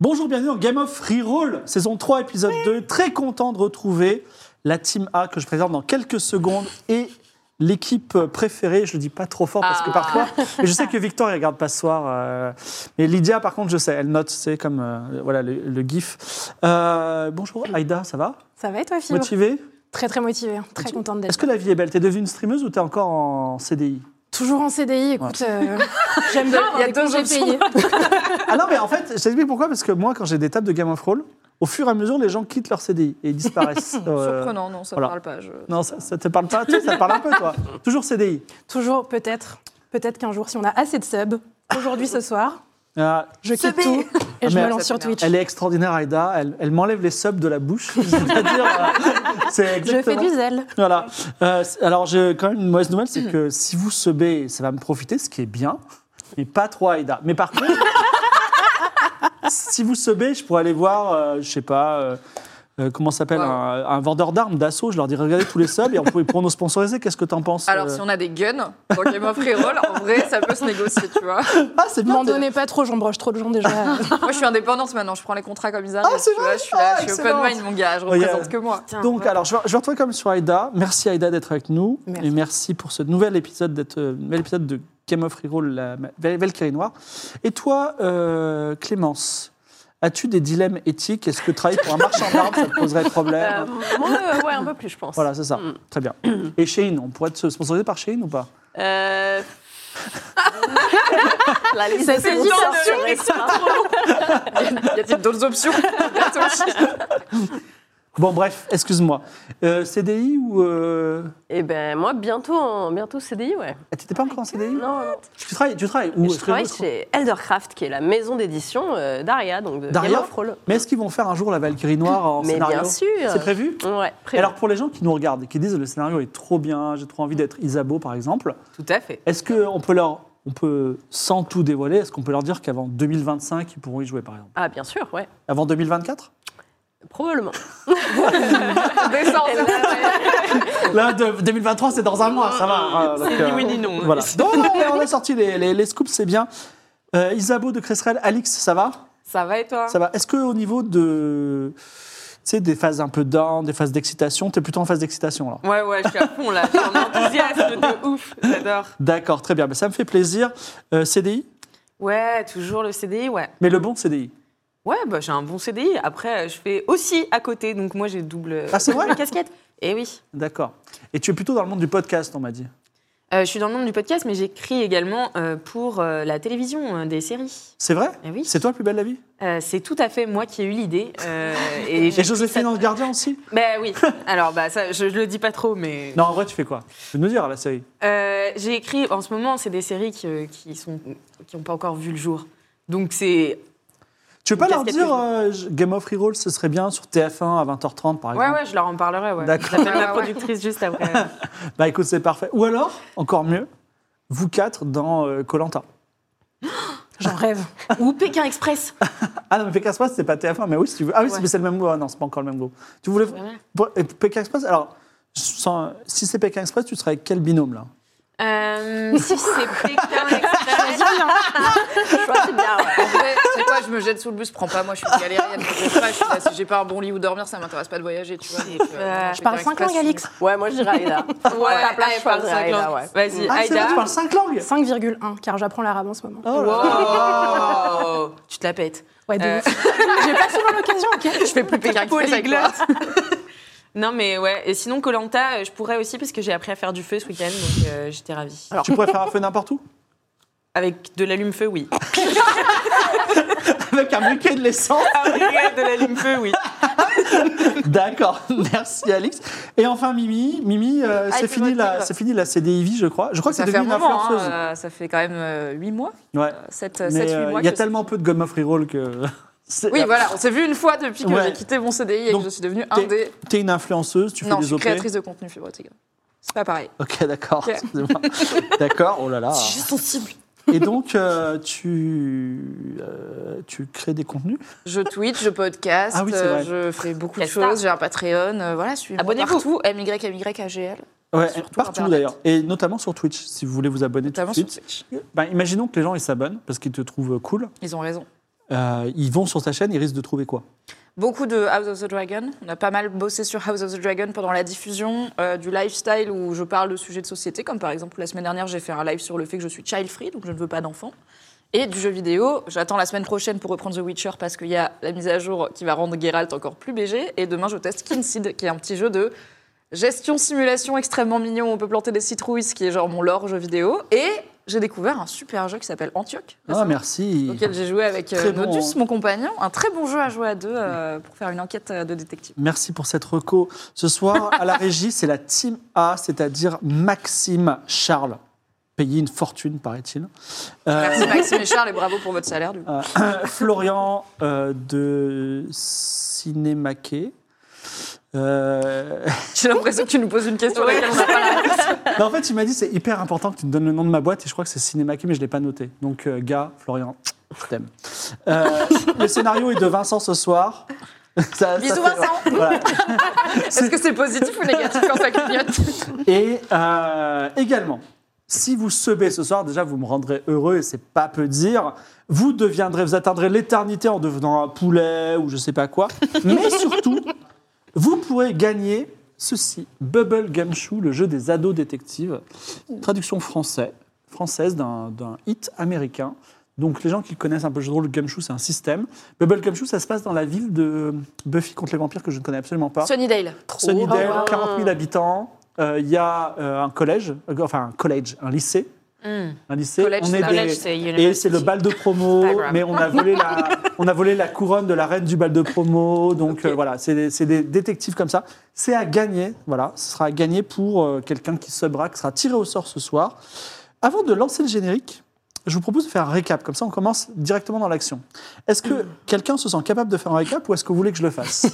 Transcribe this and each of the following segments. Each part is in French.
Bonjour, bienvenue dans Game of Reroll, saison 3, épisode 2. Très content de retrouver la team A que je présente dans quelques secondes et l'équipe préférée. Je le dis pas trop fort parce Ah. que parfois. et je sais que Victor, il regarde pas ce soir. euh, mais Lydia, par contre, je sais, elle note, c'est comme euh, voilà, le, le gif. Euh, bonjour, Aïda, ça va Ça va et toi, Philo Motivée Très très motivée, hein. très Motivée. contente d'être Est-ce que la vie est belle T'es devenue une streameuse ou t'es encore en CDI toujours en CDI. Écoute, euh, j'aime bien. Il y a deux options. Ah non, mais en fait, je t'explique pourquoi. Parce que moi, quand j'ai des tables de Game of Thrones, au fur et à mesure, les gens quittent leur CDI et ils disparaissent. Euh, Surprenant, non, ça ne voilà. parle pas. Je... Non, ça, ça te parle pas, toi, ça te parle un peu, toi. Toujours CDI. Toujours, peut-être, peut-être qu'un jour, si on a assez de subs, aujourd'hui, ce soir, Ah, je quitte Subé. tout et je Mais me lance ça sur fait Twitch. elle est extraordinaire, Aïda. Elle, elle m'enlève les subs de la bouche. C'est-à-dire, euh, c'est Je fais exactement. du zèle. Voilà. Euh, c'est- alors, j'ai quand même une mauvaise nouvelle, c'est Mm. que si vous subez, ça va me profiter, ce qui est bien, mais pas trop Aïda. Mais par contre, si vous subez, je pourrais aller voir, euh, je sais pas, euh, euh, comment ça s'appelle, Ouais. un, un vendeur d'armes d'assaut. Je leur dirais, regardez tous les subs et on pourrait pour nous sponsoriser. Qu'est-ce que t'en penses Alors, euh si on a des guns dans Game of Reroll, en vrai, ça peut se négocier, tu vois. Ah, c'est bien. M'en t'es- donnez pas trop, j'embroche trop de gens déjà. Moi, je suis indépendante maintenant, je prends les contrats comme ils arrivent. Ah, c'est tu vois, vrai je suis là, Ah, je suis excellente. open mind, mon gars, je Oh, yeah. représente que moi. Ah, Donc, alors, je vais, je vais retrouver comme sur Aïda. Merci Aïda d'être avec nous. Merci. Et merci pour ce nouvel épisode, d'être, euh, nouvel épisode de Game of Reroll, la ma- Val- Valkyrie Noire. Et toi, euh, Clémence, as-tu des dilemmes éthiques Est-ce que travailler pour un marchand d'armes, ça te poserait Euh, problème moi, euh, ouais, un peu plus, je pense. Voilà, c'est ça. Mm. Très bien. Et Shein, on pourrait être sponsorisé par Shein ou pas Euh... La liste Ça est s'hésite longue, à c'est sur- vrai que c'est trop long. Y a-t-il d'autres options Bon, bref, excuse-moi. Euh, CDI ou. Euh... Eh ben, moi, bientôt, en- bientôt CDI, ouais. ah, T'étais pas encore en CDI Non, non. Tu travailles, tu travailles où je Est-ce que- travaille chez Eldercraft, qui est la maison d'édition euh, d'Aria, donc de Daria Game of Thrones. Mais est-ce qu'ils vont faire un jour la Valkyrie Noire en Mais scénario bien sûr. Mm. C'est prévu Ouais, Et prévu. alors pour les gens qui nous regardent, et qui disent le scénario est trop bien, j'ai trop envie d'être Isabeau par exemple, Tout à fait. est-ce qu'on peut leur, on peut sans tout dévoiler, est-ce qu'on peut leur dire qu'avant 2025 ils pourront y jouer par exemple Ah, bien sûr, ouais. Avant 2024 Probablement. Descends, Là, de- 2023 c'est dans un mois, ça va. euh, donc, Ah, Ni euh, oui ni non. hein. Voilà. Non, non, on a- on a sorti les, les- les scoops, c'est bien. Euh, Isabeau de Cresserelle, Alix, ça va Ça va et toi Ça va. Est-ce qu'au niveau de, tu sais, des phases un peu down, des phases d'excitation, t'es plutôt en phase d'excitation alors Ouais, ouais, je suis à fond là. J'ai un enthousiasme de ouf. J'adore. D'accord, très bien. Ben, ça me fait plaisir. Euh, CDI, Ouais, toujours le CDI, ouais. mais le bon CDI. Ouais, bah, j'ai un bon CDI. Après, je fais aussi à côté, donc moi j'ai double, Ah, c'est vrai double casquette. Et oui. D'accord. Et tu es plutôt dans le monde du podcast, on m'a dit. Euh, je suis dans le monde du podcast, mais j'écris également euh, pour euh, la télévision, euh, des séries. C'est vrai Eh oui. C'est toi la plus belle la vie Euh, c'est tout à fait moi qui ai eu l'idée. euh, Et, et j'ai- Joséphine dans le gardien aussi Ben oui. Alors, bah, ça, je, je le dis pas trop, mais. Non, en vrai, tu fais quoi Tu peux nous dire la série. Euh, j'ai écrit, en ce moment, c'est des séries qui n'ont qui sont- qui ont pas encore vu le jour. Donc c'est. Tu veux pas Une leur casquette dire euh, je- Game of Reroll, ce serait bien sur TF1 à 20h30 par Ouais, exemple ouais, je leur en parlerai. Ouais. D'accord. J'appelle la productrice juste après. Bah écoute, c'est parfait. Ou alors, encore mieux, vous quatre dans euh, Colanta. J'en rêve. Ou Pékin Express. ah non, mais Pékin Express, c'est pas TF1, mais oui, si tu veux. Ah oui, c'est- Ouais. mais c'est le même groupe. Ah non, c'est pas encore le même groupe. Tu voulais. Bon, et Pékin Express, alors, sans- si c'est Pékin Express, tu serais avec quel binôme là Euh, si c'est Pékin Express. hein. Je choisis bien, ouais. En vrai, c'est quoi, je me jette sous le bus, prends pas, moi je suis une galérienne. je comprends pas, je suis là, si j'ai pas un bon lit où dormir, ça m'intéresse pas de voyager, tu vois. donc, euh, non, non, Je parle fais cinq pas langues, exprès, Alix. Ouais, moi, j'irai Aïda. Ouais, t'as plein de allez, parle choses, cinq Aïda, langues. ouais. Ah, Vas-y, c'est vrai, Aïda. tu parles cinq langues 5,1, car j'apprends l'arabe en ce moment. Oh là là. Oh, Wow Tu te la pètes. Ouais, de Euh. ouf. J'ai pas souvent l'occasion, ok Je fais plus Pékin Express avec toi. Polyglotte. Non mais ouais, et sinon Colanta, je pourrais aussi parce que j'ai appris à faire du feu ce week-end, donc euh, j'étais ravie. Tu pourrais faire un feu n'importe où Avec de l'allume-feu, oui. Avec un bouquet de l'essence. Avec de l'allume-feu, oui. D'accord, merci Alix. Et enfin Mimi, Mimi, euh, Ah, c'est c'est fini, votre la, livre. c'est fini la CDIV, je crois. Je crois que c'est Ça fait un devenu une moment, hein, influenceuse. euh, ça fait quand même 8 mois, Ouais. 7-8 Mais euh, mois. il y a que c'est- tellement peu de gomme free roll que. c'est- Oui, voilà, on s'est vu une fois depuis que Ouais. j'ai quitté mon CDI et Donc, que je suis devenue t'es- un des. T'es une influenceuse, tu fais Non, je des suis OP. créatrice de contenu Fibre Tigre. C'est pas pareil. Ok, d'accord. Ok. excusez-moi. D'accord, oh là là. sensible. Et donc, euh, tu, euh, tu crées des contenus Je tweet, je podcast, Ah oui, c'est euh, vrai. je fais beaucoup de Quelle star. choses, j'ai un Patreon, euh, voilà, suivez-moi Abonnez-vous. partout, MYMYAGL, ouais, Surtout Partout Internet. d'ailleurs. Et notamment sur Twitch, si vous voulez vous abonner tout de notamment sur suite. Twitch. Ben, imaginons que les gens ils s'abonnent parce qu'ils te trouvent cool. Ils ont raison. Euh, ils vont sur ta chaîne, ils risquent de trouver quoi Beaucoup de House of the Dragon. On a pas mal bossé sur House of the Dragon pendant la diffusion euh, du lifestyle où je parle de sujets de société, comme par exemple la semaine dernière, j'ai fait un live sur le fait que je suis child free, donc je ne veux pas d'enfants. Et du jeu vidéo, j'attends la semaine prochaine pour reprendre The Witcher parce qu'il y a la mise à jour qui va rendre Geralt encore plus BG. Et demain, je teste Kinseed, qui est un petit jeu de gestion simulation extrêmement mignon. On peut planter des citrouilles, ce qui est genre mon lore jeu vidéo. Et j'ai découvert un super jeu qui s'appelle Antioch. Ah, merci. auquel j'ai joué avec euh, Très bon, Nodus, hein. mon compagnon. Un très bon jeu à jouer à deux euh, pour faire une enquête euh, de détective. Merci pour cette reco. Ce soir, à la régie, c'est la team A, c'est-à-dire Maxime, Charles, payé une fortune, paraît-il. Euh, Merci Maxime et Charles et bravo pour votre salaire. Du coup. euh, Florian euh, de Cinémaquet. Euh, J'ai l'impression que tu nous poses une question. à laquelle on a pas la réponse. non, en fait, il m'a dit c'est hyper important que tu me donnes le nom de ma boîte et je crois que c'est Cinémaqué, mais je ne l'ai pas noté. Donc, euh, gars, Florian, je t'aime. Euh, le scénario est de Vincent ce soir. Ça- ça Bisous fait- Vincent Voilà. Est-ce que c'est positif ou négatif quand ça clignote Et euh, également, si vous sebez ce soir, déjà vous me rendrez heureux et c'est pas peu dire. Vous deviendrez, vous atteindrez l'éternité en devenant un poulet ou je sais pas quoi. Mais surtout, vous pourrez gagner ceci Bubble Gum Shoe, le jeu des ados détectives, traduction français, française d'un d'un hit américain. Donc les gens qui connaissent un peu le jeu de rôle, Gumshoe, c'est un système. Bubble Gumshoe, ça se passe dans la ville de Buffy contre les vampires que je ne connais absolument pas. Sunnydale. Sunnydale, bien. 40 000 habitants. Euh, Il y a euh, un collège, euh, enfin un collège, un lycée. Un lycée. Hmm. Collège, on est c'est un des- collège, et c'est le bal de promo, Pas grave. mais on a, volé la, on a volé la couronne de la reine du bal de promo. Donc euh, voilà, c'est des, c'est des détectives comme ça. C'est à gagner, voilà. Ce sera à gagner pour euh, quelqu'un qui se braque, sera tiré au sort ce soir. Avant de lancer le générique, je vous propose de faire un récap. Comme ça, on commence directement dans l'action. Est-ce que quelqu'un se sent capable de faire un récap ou est-ce que vous voulez que je le fasse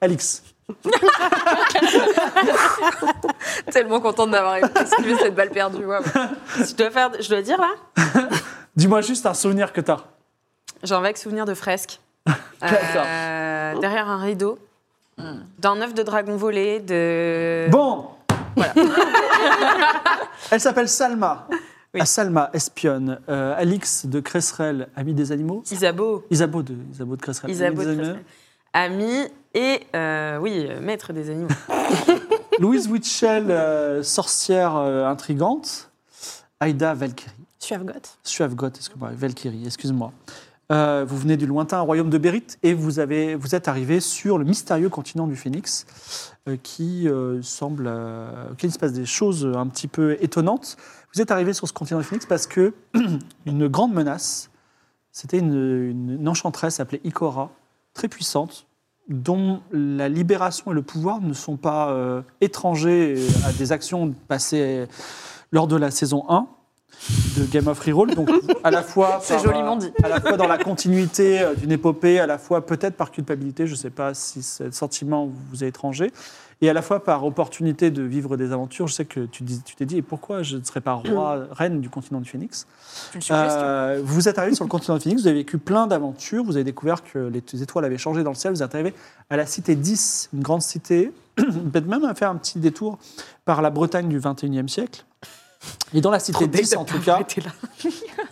Alix Tellement contente d'avoir esquivé cette balle perdue. ouais, ouais. Je dois, faire, je dois dire, là Dis-moi juste un souvenir que t'as. J'ai un vague souvenir de fresque. D'accord. Euh, derrière un rideau, d'un œuf de dragon volé, de... Bon Elle s'appelle Salma. Ah, Salma, espionne. Euh, Alix de Cresserelle, amie des animaux. Isabeau. Isabeau de, Isabeau de Cresserelle. amie Isabeau des de animaux. Cresserelle. Ami et, euh, oui, euh, maître des animaux. Louise Witchell, euh, sorcière euh, intrigante. Aïda Valkyrie. Suavgoth. Suavgoth, excuse-moi, Valkyrie, excuse-moi. Euh, vous venez du lointain royaume de Bérite et vous, avez, vous êtes arrivé sur le mystérieux continent du Phénix, euh, qui euh, semble. euh, auquel il se passe des choses un petit peu étonnantes. Vous êtes arrivé sur ce continent du Phénix parce que une grande menace, c'était une, une- une enchanteresse appelée Ikora, très puissante, dont la libération et le pouvoir ne sont pas euh, étrangers à des actions passées lors de la saison 1 de Game of Reroll. Donc, à la fois. C'est par, joliment euh, dit. À la fois dans la continuité euh, d'une épopée, à la fois peut-être par culpabilité, je ne sais pas si ce sentiment vous est étranger, et à la fois par opportunité de vivre des aventures. Je sais que tu dis- tu t'es dit, et pourquoi je ne serais pas roi, reine du continent du Phénix C'est une suggestion. euh, vous êtes arrivé sur le continent de Phoenix, vous avez vécu plein d'aventures, vous avez découvert que les t- étoiles avaient changé dans le ciel, vous êtes arrivé à la cité 10, une grande cité, peut-être même à faire un petit détour par la Bretagne du 21e siècle. Et dans la cité 10, en tout cas,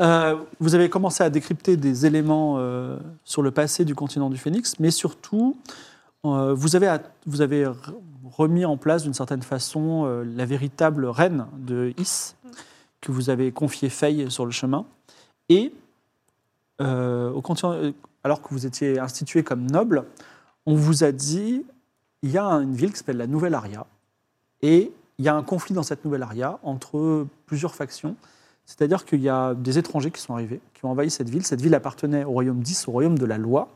euh, vous avez commencé à décrypter des éléments euh, sur le passé du continent du Phénix, mais surtout, euh, vous, avez, at- vous avez re- remis en place d'une certaine façon euh, la véritable reine de Is, que vous avez confiée Faye sur le chemin. Et euh, au continent- euh, alors que vous étiez institué comme noble, on vous a dit il y a une ville qui s'appelle la Nouvelle Aria. Et il y a un conflit dans cette Nouvelle Aria entre plusieurs factions. C'est-à-dire qu'il y a des étrangers qui sont arrivés, qui ont envahi cette ville. Cette ville appartenait au royaume 10, au royaume de la loi.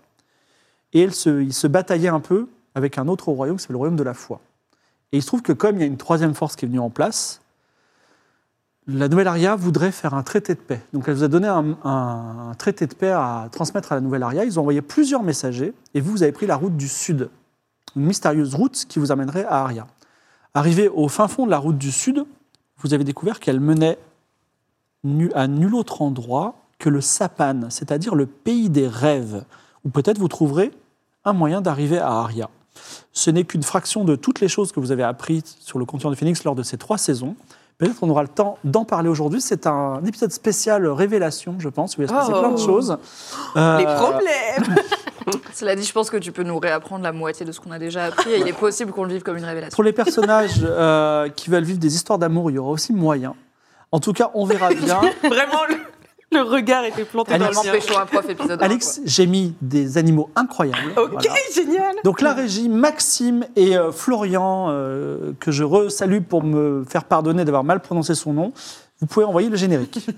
Et elle se, il se bataillait un peu avec un autre royaume, c'est le royaume de la foi. Et il se trouve que comme il y a une troisième force qui est venue en place, la nouvelle aria voudrait faire un traité de paix. Donc elle vous a donné un, un- un traité de paix à transmettre à la nouvelle aria. Ils ont envoyé plusieurs messagers et vous, vous avez pris la route du sud, une mystérieuse route qui vous amènerait à Aria. Arrivé au fin fond de la route du sud, vous avez découvert qu'elle menait nu- à nul autre endroit que le Sapan, c'est-à-dire le pays des rêves, où peut-être vous trouverez un moyen d'arriver à Aria. Ce n'est qu'une fraction de toutes les choses que vous avez apprises sur le continent de Phoenix lors de ces trois saisons. Peut-être on aura le temps d'en parler aujourd'hui. C'est un épisode spécial révélation, je pense, où il va se passer Oh. plein de choses. Euh, Les problèmes Cela dit, je pense que tu peux nous réapprendre la moitié de ce qu'on a déjà appris et il est possible qu'on le vive comme une révélation. Pour les personnages euh, qui veulent vivre des histoires d'amour, il y aura aussi moyen. En tout cas, on verra bien. Vraiment, le, le regard était planté Alex- dans Vraiment le mien. pécho un prof épisode un, Alex, j'ai mis des animaux incroyables. Ok, Voilà. génial Donc la régie, Maxime et euh, Florian, euh, que je salue pour me faire pardonner d'avoir mal prononcé son nom, vous pouvez envoyer le générique.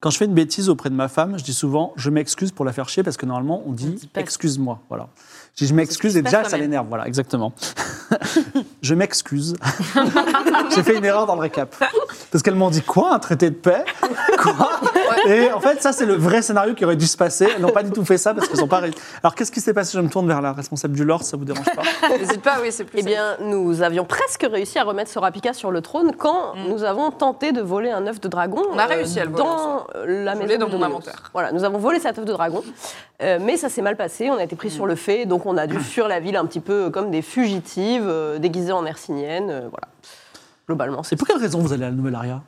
Quand je fais une bêtise auprès de ma femme, je dis souvent je m'excuse pour la faire chier parce que normalement on dit, dit pas- excuse-moi. Voilà. Je dis je m'excuse qui et se déjà passe ça quand même. l'énerve. Voilà, exactement. je m'excuse. J'ai fait une erreur dans le récap. Parce qu'elles m'ont dit quoi Un traité de paix Quoi Et en fait, ça c'est le vrai scénario qui aurait dû se passer. Elles n'ont pas du tout fait ça parce qu'elles n'ont pas réussi. Alors qu'est-ce qui s'est passé Je me tourne vers la responsable du lore, ça vous dérange pas quoi. N'hésite pas, oui, c'est plus. Eh bien, nous avions presque réussi à remettre Sorapika sur le trône quand nous avons tenté de voler un œuf de dragon. Mm. On a réussi à le voler, en Dans soi. euh, la Je l'ai maison dans de mon Dominios. inventaire. Voilà, nous avons volé cet œuf de dragon, euh, mais ça s'est mal passé. On a été Mm. pris sur le fait, donc on a dû fuir la ville un petit peu comme des fugitives, euh, déguisées en herciniennes. euh, voilà, globalement. C'est pour quelle raison vous allez à la nouvelle aria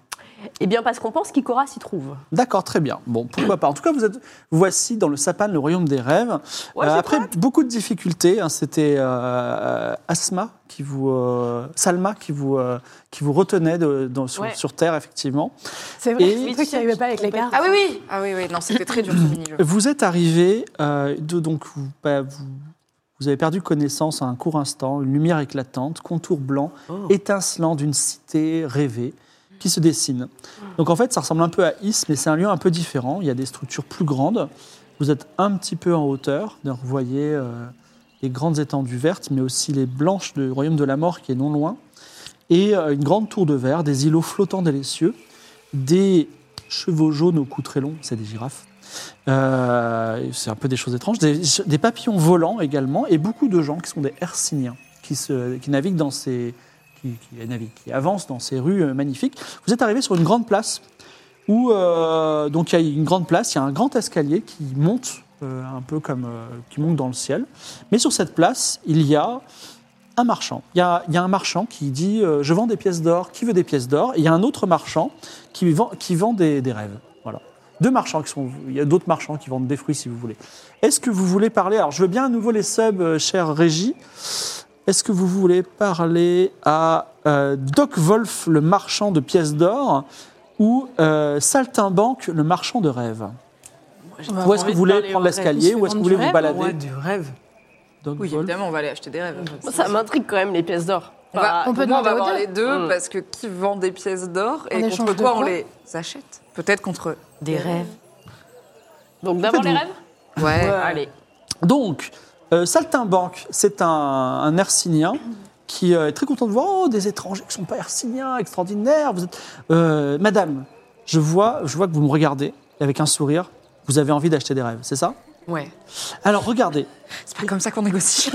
Eh bien, parce qu'on pense qu'Ikora s'y trouve. D'accord, très bien. Bon, pourquoi pas. En tout cas, vous êtes vous voici dans le Sapan, le royaume des rêves. Euh, après beaucoup de difficultés, hein, c'était euh, Asma qui vous, euh, Salma qui vous, euh, qui vous retenait de- dans- sur, Ouais. sur Terre effectivement. C'est vrai, Et- c'est toi qui n'arrivais pas avec les gardes. Ah oui, oui. Ah oui, oui. Non, c'était très dur ce Mmh. mini-jeu. Vous êtes arrivé, euh, de- donc vous, bah, vous, vous avez perdu connaissance à un court instant, une lumière éclatante, contour blanc, étincelant d'une cité rêvée qui se dessine. Donc en fait, ça ressemble un peu à Is, mais c'est un lieu un peu différent. Il y a des structures plus grandes. Vous êtes un petit peu en hauteur. Donc, vous voyez euh, les grandes étendues vertes, mais aussi les blanches du royaume de la mort qui est non loin. Et euh, une grande tour de verre, des îlots flottants dans les cieux, des chevaux jaunes au cou très long, c'est des girafes. Euh, c'est un peu des choses étranges. Des, des papillons volants également, et beaucoup de gens qui sont des Hercyniens, qui, se, qui naviguent dans ces. Qui, qui naviguent, qui avancent dans ces rues euh, magnifiques. Vous êtes arrivé sur une grande place où euh, donc il y a une grande place, il y a un grand escalier qui monte euh, un peu comme euh, qui monte dans le ciel. Mais sur cette place, il y a un marchand. Il y a, il y a un marchand qui dit euh, je vends des pièces d'or. Qui veut des pièces d'or Et Il y a un autre marchand qui vend qui vend des, des rêves. Voilà. deux marchands qui sont. Il y a d'autres marchands qui vendent des fruits si vous voulez. Est-ce que vous voulez parler Alors, je veux bien à nouveau les subs, euh, chère Régie. Est-ce que vous voulez parler à euh, Doc Wolf, le marchand de pièces d'or, ou euh, Saltimbanque, le marchand de rêves Où est-ce que vous voulez prendre l'escalier Où est-ce que vous voulez vous balader du rêve. Doc Oui, Wolf. évidemment, on va aller acheter des rêves. Moi, Ça m'intrigue quand même, les pièces d'or. On va, Enfin, on on peut on va demander aux voir deux. les deux, Mmh. Mm. parce que qui vend des pièces d'or En et échange contre de quoi, on quoi les achète Peut-être contre Des rêves. Donc d'abord Euh, les Faites-vous. rêves Ouais. Allez. Donc, euh, Saltimbanque, c'est un, un hercinien qui euh, est très content de voir oh, des étrangers qui ne sont pas herciniens, extraordinaires. Vous êtes... Euh, Madame, je vois, je vois que vous me regardez et avec un sourire. Vous avez envie d'acheter des rêves, c'est ça Ouais. Alors regardez, C'est pas comme ça qu'on négocie.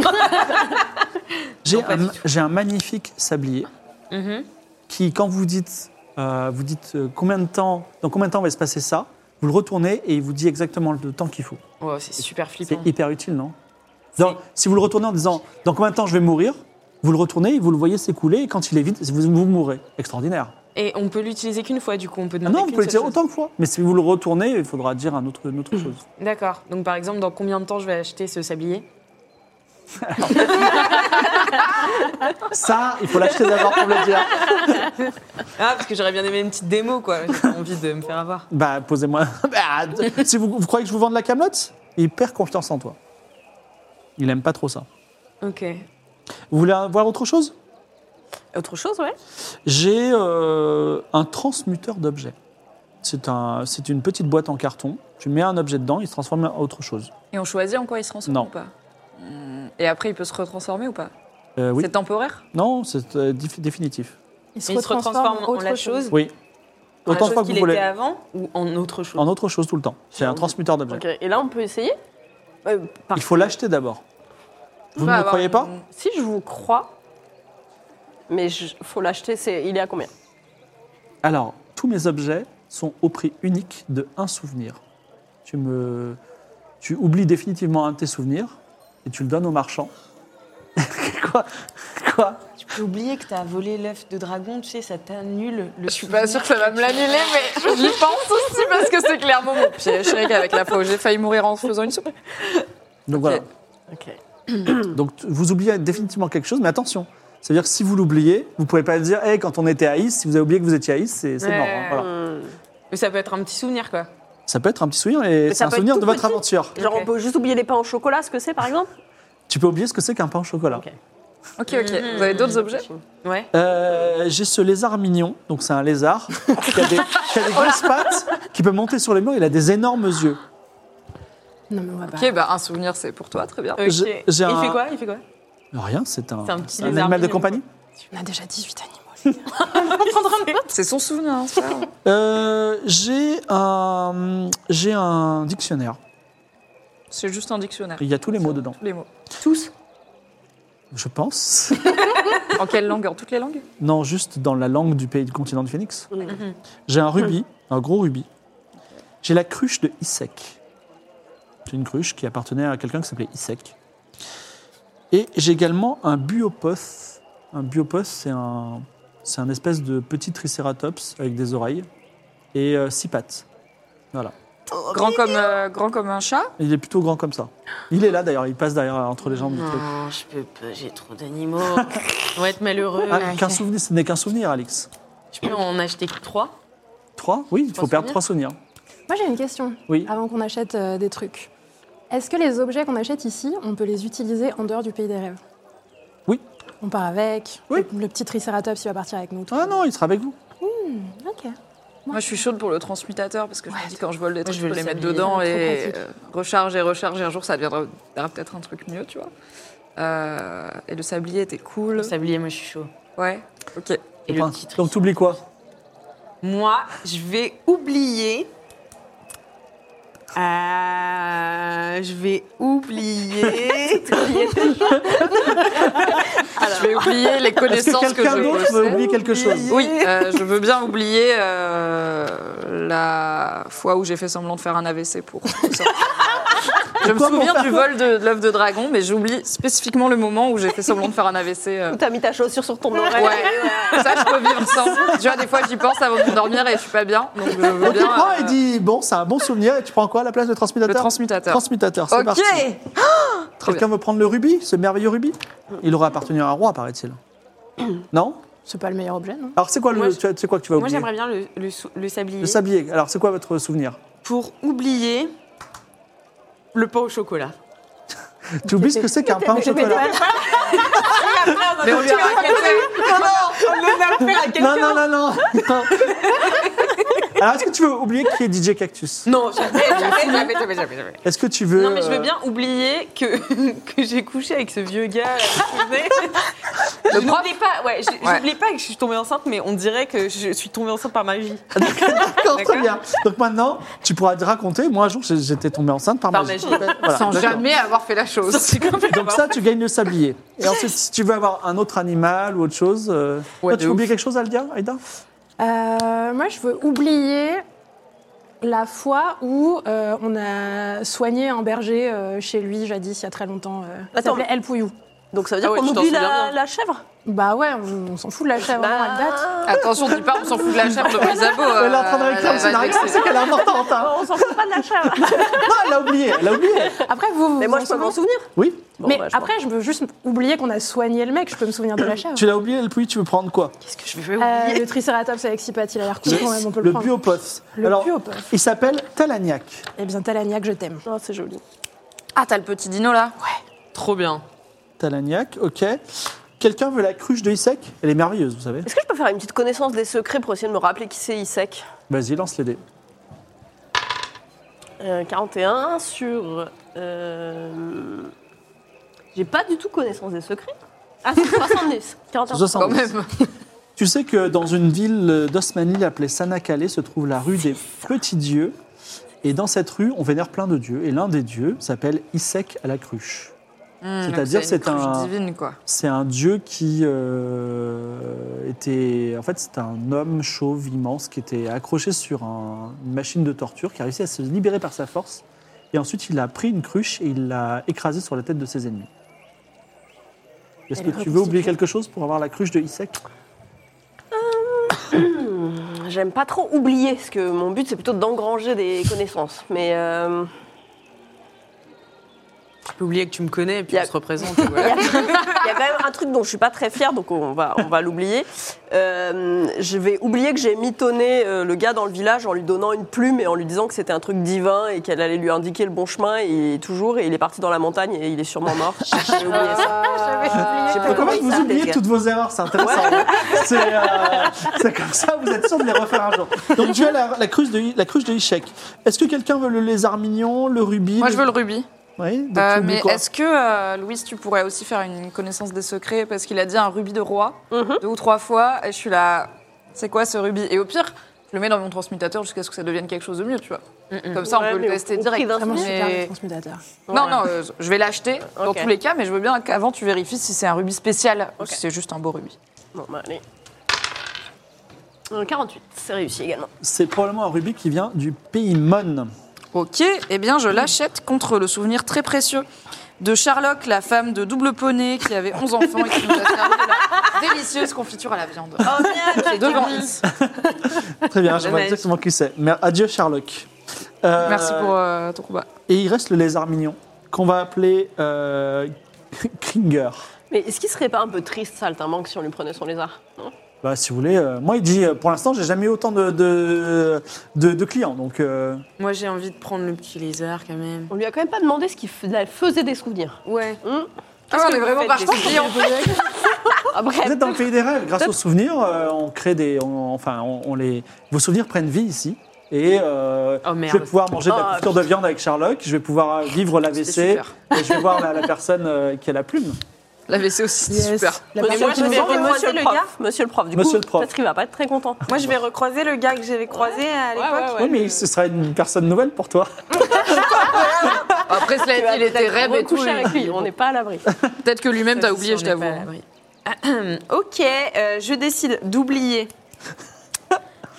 j'ai un, j'ai un magnifique sablier qui, quand vous dites, euh, vous dites euh, combien de temps, dans combien de temps va se passer ça, vous le retournez et il vous dit exactement le temps qu'il faut. Oh, c'est super C'est flippant. hyper utile, non Dans- Si vous le retournez en disant dans combien de temps je vais mourir, vous le retournez, vous le voyez s'écouler, et quand il est vide, vous, vous mourrez. Extraordinaire. Et on peut l'utiliser qu'une fois, du coup, on peut Ah Non, demander vous qu'une pouvez le seule dire chose. autant de fois. Mais si vous le retournez, il faudra dire un autre, une autre chose. D'accord. Donc, par exemple, dans combien de temps je vais acheter ce sablier Ça, il faut l'acheter d'abord pour le dire. Ah, parce que j'aurais bien aimé une petite démo, quoi. J'ai pas envie de me faire avoir. Bah, posez-moi. Bah, si vous, vous croyez que je vous vends de la camelote, il perd confiance en toi. Il aime pas trop ça. Ok. Vous voulez voir autre chose Autre chose, ouais J'ai euh, un transmuteur d'objets. C'est un, c'est une petite boîte en carton. Tu mets un objet dedans, il se transforme en autre chose. Et on choisit en quoi il se transforme Non. ou pas Hmm. Et après, il peut se retransformer ou pas Euh, oui. C'est temporaire Non, c'est euh, dif- définitif. Il se retransforme en la chose, Oui. en la Autant de chose fois que qu'il vous voulez. était avant ou en autre chose En autre chose tout le temps. C'est un transmuteur d'objets. Ok, Et là, on peut essayer Euh, par- Il faut l'acheter d'abord. Vous Pas ne me avoir croyez pas une- Si je vous crois, mais il faut l'acheter, c'est il est à combien Alors, tous mes objets sont au prix unique de un souvenir. Tu me, tu oublies définitivement un de tes souvenirs et tu le donnes au marchand. Quoi Quoi Tu peux oublier que t'as volé l'œuf de dragon, tu sais, ça t'annule Je le. suis pas sûre que ça va me l'annuler, mais j'y pense aussi parce que c'est clairement mon piège. Avec la fois où j'ai failli mourir en se faisant une soupe. Donc voilà. Ok. Hmm. Donc t- vous oubliez définitivement quelque chose, mais attention. C'est-à-dire que si vous l'oubliez, vous pouvez pas dire, hey, quand on était à Is, si vous avez oublié que vous étiez à Is, c'est c'est mort. hein. Ouais. Voilà. Mais ça peut être un petit souvenir, quoi. Ça peut être un petit souvenir et c'est ça un peut être souvenir tout de votre petit. aventure. Genre, Ok. on peut juste oublier les pains au chocolat, ce que c'est par exemple Tu peux oublier ce que c'est qu'un pain au chocolat. Ok. Ok, ok. Hmm. Vous avez d'autres objets Ouais. Euh, J'ai ce lézard mignon, donc c'est un lézard qui a des, qui a des grosses pattes, qui peut monter sur les murs, il a des énormes yeux. Non, mais on va pas. Ok, bah un souvenir, c'est pour toi, très bien. Ok. j'ai- Il j'ai un- fait quoi Il fait quoi Rien, c'est un, C'est un petit un lézard animal de mignon, compagnie. On a déjà 18 animaux. C'est son souvenir, hein, ça. Euh, J'ai un, j'ai un dictionnaire. C'est juste un dictionnaire. Il y a tous les mots dedans, Tous les mots. je pense. En quelle langue En toutes les langues Non, juste dans la langue du pays du continent du Phoenix. J'ai un rubis, un gros rubis. J'ai la cruche de Issek. C'est une cruche qui appartenait à quelqu'un qui s'appelait Issek. Et j'ai également un buopos. Un buopos, c'est un, c'est un espèce de petit tricératops avec des oreilles et euh, six pattes. Voilà. grand comme, euh, grand comme un chat Il est plutôt grand comme ça. Il est là d'ailleurs, il passe derrière entre les jambes du truc. Non, Oh, je peux pas, j'ai trop d'animaux. On va être malheureux. Ah, là. qu'un souvenir, ce n'est qu'un souvenir, Alix. Je peux en acheter que trois. Trois Oui, il faut Trois perdre souvenirs trois souvenirs. Moi, j'ai une question Oui. avant qu'on achète euh, des trucs. Est-ce que les objets qu'on achète ici, on peut les utiliser en dehors du pays des rêves Oui. On part avec. Oui. Le, le petit tricératops, il va partir avec nous. tout. Ah non, il sera avec vous. Ok. Moi, je suis chaude pour le transmutateur parce que je me dis quand je vole des trucs, je je, veux peux les le mettre sablier. dedans Trop et pratique. euh, recharge et recharge. Et un jour, ça deviendra deviendra peut-être un truc mieux, tu vois. Euh, et le sablier était cool. Le sablier, moi je suis chaud. Ouais. Ok. Et le Enfin, petit tri- donc t'oublies quoi Moi, je vais oublier. Ah, je vais oublier. Je vais oublier les Est-ce que connaissances que, quelqu'un je d'autre veut oublier quelque chose Oui, euh, je veux bien oublier euh, la fois où j'ai fait semblant de faire un AVC pour. sortir. Je me Quoi, mon souviens frère, du quoi vol de, de l'œuf de dragon, mais j'oublie spécifiquement le moment où j'ai fait semblant de faire un AVC. euh. T'as mis ta chaussure sur ton oreille. Ouais, ça je peux vivre sans. Tu vois, des fois j'y pense avant de dormir et je suis pas bien. Donc je veux Donc tu bien. prends et euh, dis bon, c'est un bon souvenir. Et tu prends quoi à la place de le transmutateur transmutateur. Transmutateur, c'est ok parti. Ah, Trop bien. Quelqu'un veut prendre le rubis, ce merveilleux rubis Il aurait appartenu à un roi, paraît-il. non C'est pas le meilleur objet, non Alors c'est quoi, Moi, le, je- tu as- c'est quoi que tu vas Moi, oublier j'aimerais bien le, le, sou- le sablier. Le sablier. Alors c'est quoi votre souvenir pour oublier le pain au chocolat. Tu oublies ce que c'est qu'un pain au chocolat Ah, Mais on lui a raconté. Non, non, non, non, non. Alors est-ce que tu veux oublier qui est DJ Cactus Non, jamais, jamais, jamais, jamais, jamais, jamais. Est-ce que tu veux... Non, mais je veux euh, bien oublier que, que j'ai couché avec ce vieux gars. là, vous vous souvenez je n'oublie pas, ouais, je- Ouais. j'oublie pas que je suis tombée enceinte, mais on dirait que je suis tombée enceinte par magie. D'accord, très bien. Donc maintenant, tu pourras te raconter. Moi, un jour, j'ai- j'étais tombée enceinte par Par magie. magie. Voilà, Sans d'accord. jamais avoir fait la chose. Donc ça, tu gagnes le sablier. Et ensuite, si tu veux avoir un autre animal ou autre chose, euh, Ouais, toi, de tu ouf. oublies quelque chose, Aldia, Aïda Euh, Moi, je veux oublier la fois où euh, on a soigné un berger euh, chez lui, jadis, il y a très longtemps. euh, il Attends. s'appelait El Pouillou. Donc ça veut dire Ah ouais, qu'on tu t'en oublie souviens la, bien. la chèvre Bah ouais, on, on s'en fout de la chèvre, hein, vraiment, Bah, elle date. Attention, dis pas, euh, on s'en fout de la chèvre de Isabeau. Elle est en train de réécrire le scénario, c'est qu'elle est importante. hein. On s'en fout pas de la chèvre. Non, elle l'a oublié, elle l'a oublié. Après, vous, vous mais moi, vous je peux en m'en souvenez souvenir. Oui Bon, Mais bah, je après, je veux juste oublier qu'on a soigné le mec, je peux me souvenir de la chèvre. Tu l'as oublié, le puits, tu veux prendre quoi Qu'est-ce que je vais oublier Euh, le Triceratops avec six pattes, il a l'air cool quand même, on peut le, Le prendre. buopoth. Le Alors, buopoth. il s'appelle Talagnac. Eh bien, Talaniac, je t'aime. pense. Oh, c'est joli. Ah, t'as le petit dino là Trop bien. Talagnac, ok. Quelqu'un veut la cruche de Isek Elle est merveilleuse, vous savez. Est-ce que je peux faire une petite connaissance des secrets pour essayer de me rappeler qui c'est Isaac Vas-y, lance les dés. Euh, 41 sur. euh, J'ai pas du tout connaissance des secrets. Ah, c'est 70. 41. 70. Quand même. Tu sais que dans une ville d'Osmanie appelée Sanakale se trouve la rue des petits dieux. Et dans cette rue, on vénère plein de dieux. Et l'un des dieux s'appelle Isek à la cruche. Mmh. C'est-à-dire, Donc, c'est une cruche un- divine quoi. C'est un dieu qui euh, était. En fait, c'est un homme chauve immense qui était accroché sur un- une machine de torture, qui a réussi à se libérer par sa force. Et ensuite, il a pris une cruche et il l'a écrasé sur la tête de ses ennemis. Est-ce Elle que est tu veux oublier reconstituée. quelque chose pour avoir la cruche de Isek J'aime pas trop oublier, parce que mon but c'est plutôt d'engranger des connaissances. Mais euh, Je peux oublier que tu me connais et puis Y a- on se représente. il y, a, il y a quand même un truc dont je suis pas très fière, donc on va, on va l'oublier. Euh, je vais oublier que j'ai mitonné euh, le gars dans le village en lui donnant une plume et en lui disant que c'était un truc divin et qu'elle allait lui indiquer le bon chemin. Et toujours, et il est parti dans la montagne et il est sûrement mort. J'ai oublié ça. Ah. J'avais pas oublié. Comment Ah, Comment vous ça, les oubliez gars toutes vos erreurs C'est intéressant. C'est euh, c'est comme ça, vous êtes sûr de les refaire un jour. Donc, tu as la, la cruche de, I- la cruche de Ishek. Est-ce que quelqu'un veut le lézard mignon, le rubis Moi le- je veux le rubis. Oui, donc Euh, tu oublies mais quoi est-ce que, euh, Louise, tu pourrais aussi faire une connaissance des secrets Parce qu'il a dit un rubis de roi Mhm. deux ou trois fois, et je suis là, c'est quoi ce rubis Et au pire, je le mets dans mon transmutateur jusqu'à ce que ça devienne quelque chose de mieux, tu vois. Comme ça, Ouais, on peut mais le au- tester au prix direct. d'un Vraiment Mais- super, le transmutateur. Non, Ouais. non, euh, je vais l'acheter dans Ok. tous les cas, mais je veux bien qu'avant tu vérifies si c'est un rubis spécial ou si c'est juste un beau rubis. Bon, bah, allez. Euh, 48, c'est réussi également. C'est probablement un rubis qui vient du pays Mon. Ok, eh bien je l'achète contre le souvenir très précieux de Charlotte, la femme de double poney qui avait 11 enfants et qui nous a servi de la délicieuse confiture à la viande. Oh, merde, Devant Très bien, je vois Dommage. exactement qui c'est. Mais adieu Sherlock. Euh, Merci pour euh, ton combat. Et il reste le lézard mignon, qu'on va appeler euh, Kr- Kringer. Mais est-ce qu'il serait pas un peu triste, saltimbanque, si on lui prenait son lézard non Bah, si vous voulez, euh, moi il dit, euh, pour l'instant, j'ai jamais eu autant de, de, de- de clients. Donc, euh, Moi, j'ai envie de prendre le petit lézard quand même. On lui a quand même pas demandé ce qu'il fais- faisait des souvenirs. Ouais. Hum Ah, on est vraiment Qu'est-ce que vous faites parti. Ah, bref. vous êtes dans le pays des rêves. Grâce aux souvenirs, euh, on crée des, on- enfin, on, on les, vos souvenirs prennent vie ici. Et euh, Oh, je merde. vais pouvoir manger de la Ah, confiture de viande avec Sherlock. Je vais pouvoir euh, vivre C'était l'AVC. super. Et je vais voir la, la personne euh, qui a la plume. La WC aussi, c'est Yes. super. La personne Monsieur, moi, qui je nous vais envoie- recroiser monsieur le le prof, gars. monsieur le prof, du Monsieur coup, le prof. peut-être qu'il va pas être très content. Moi, je vais recroiser le gars que j'avais croisé à l'époque. Oui, mais ce sera une personne nouvelle pour toi. Après, cela Tu vas dit, il était peut-être rêve et tout. recoucher avec lui, on n'est pas à l'abri. Peut-être que lui-même t'a oublié, je Si on n'est t'avoue. pas à l'abri. ok, euh, je décide d'oublier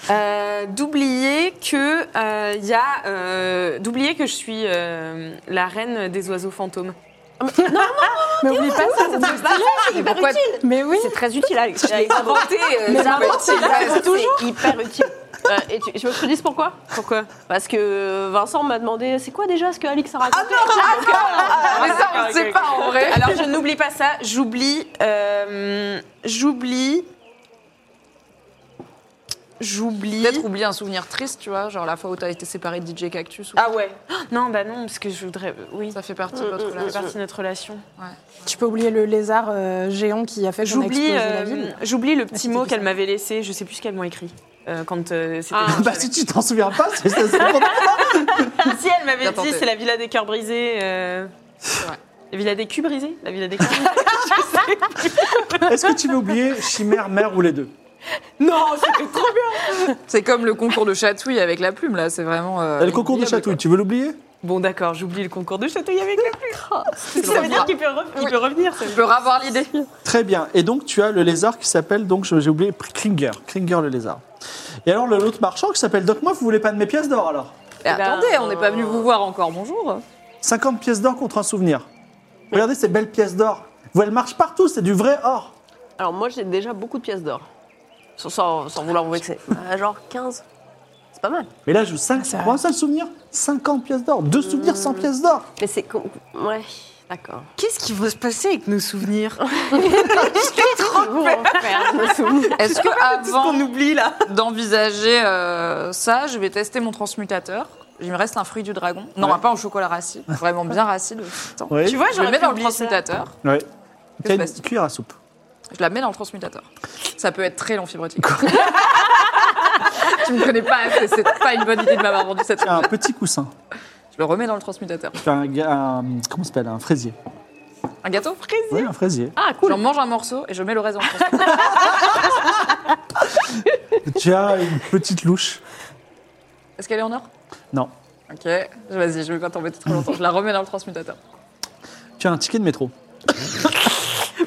Euh, d'oublier que euh, il y a euh, d'oublier que je suis euh, la reine des oiseaux fantômes. Mais oublie pas ça, ça doit- Mais pourquoi Mais oui. C'est très utile, Alex. Inventer, euh, Mais ça- toujours hyper utile. Euh, et tu- je me redis pourquoi Pourquoi Parce que Vincent m'a demandé c'est quoi déjà ce que Alix a raconté Ah, Mais ça, on Ah, ok, sait ok. pas en vrai. Alors, je n'oublie pas ça. J'oublie. euh, j'oublie. J'oublie. Peut-être oublier un souvenir triste, tu vois, genre la fois où t'as été séparé de DJ Cactus. ou- Ah ouais. Non, bah non, parce que je voudrais. Oui. Mm, Ça fait partie de votre C'est relation. partie de notre relation. Tu peux oublier le lézard euh, géant qui a fait qu'on a J'oublie. explosé euh, la ville. j'oublie le petit c'était mot bizarre. qu'elle m'avait laissé. Je sais plus ce qu'elle m'a écrit. euh, quand euh, c'était. Ah. Bah, si tu t'en souviens pas, c'est c'est- c'est- si elle m'avait Bien dit, tenté. c'est la villa des cœurs brisés. euh, vrai. La villa des culs brisés La villa des cœurs brisés Est-ce que tu veux oublier chimère, mère ou les deux Non, c'était trop bien C'est comme le concours de chatouille avec la plume, là, c'est vraiment. euh, Le concours de oubliable, chatouille, tu veux l'oublier Bon, d'accord, j'oublie le concours de château avec la le pluie. ça veut dire refera. qu'il peut, re- il Oui. peut revenir. ça. quoi. Je peux ravoir l'idée. Très bien. Et donc, tu as le lézard qui s'appelle, donc je- j'ai oublié, Klinger. Klinger le lézard. Et alors, le- l'autre marchand qui s'appelle Doc Moi, vous voulez pas de mes pièces d'or alors Mais ben, attendez, on n'est pas venu euh, vous voir encore, bonjour. 50 pièces d'or contre un souvenir. Regardez ces belles pièces d'or. Vous, elles marchent partout, c'est du vrai or. Alors moi j'ai déjà beaucoup de pièces d'or. Sans, sans, sans vouloir vous vexer. Euh, genre 15. C'est pas mal. Mais là, je Ah, 5, pour un seul souvenir, 50 pièces d'or. Deux souvenirs, 100 pièces d'or. Mais c'est. con- Ouais, d'accord. Qu'est-ce qui va se passer avec nos souvenirs Est-ce que avant On oublie là. d'envisager euh, ça, je vais tester mon transmutateur. Il me reste un fruit du dragon. Non, pas en chocolat rassis, vraiment bien rassis. de- Attends. Oui. Tu vois, je j'aurais le mets pu dans le oublier ça. transmutateur. Ouais. T'as une Qu'est-ce que cuillère à soupe. Je la mets dans le transmutateur. Ça peut être très long fibrotique. tu me connais pas assez, c'est pas une bonne idée de m'avoir vendu cette. Un petit coussin. Je le remets dans le transmutateur. Tu as un, ga- un- comment ça s'appelle Un fraisier. Un gâteau Oui, un fraisier. Ah, cool. J'en mange un morceau et je mets le reste dans le transmutateur. tu as une petite louche. Est-ce qu'elle est en or Non. Ok, vas-y, je vais pas t'embêter trop longtemps. Je la remets dans le transmutateur. Tu as un ticket de métro.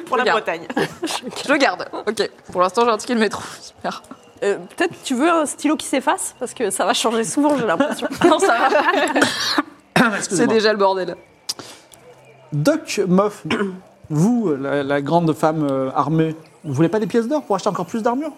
Pour la Regarde. Bretagne. Je le garde. Ok, pour l'instant, j'ai un ticket de métro. Super. Euh, Peut-être tu veux un stylo qui s'efface Parce que ça va changer souvent, j'ai l'impression. Non, ça va. C'est Excusez-moi. déjà le bordel. Doc Moff, vous, la, la grande femme euh, armée, vous voulez pas des pièces d'or pour acheter encore plus d'armure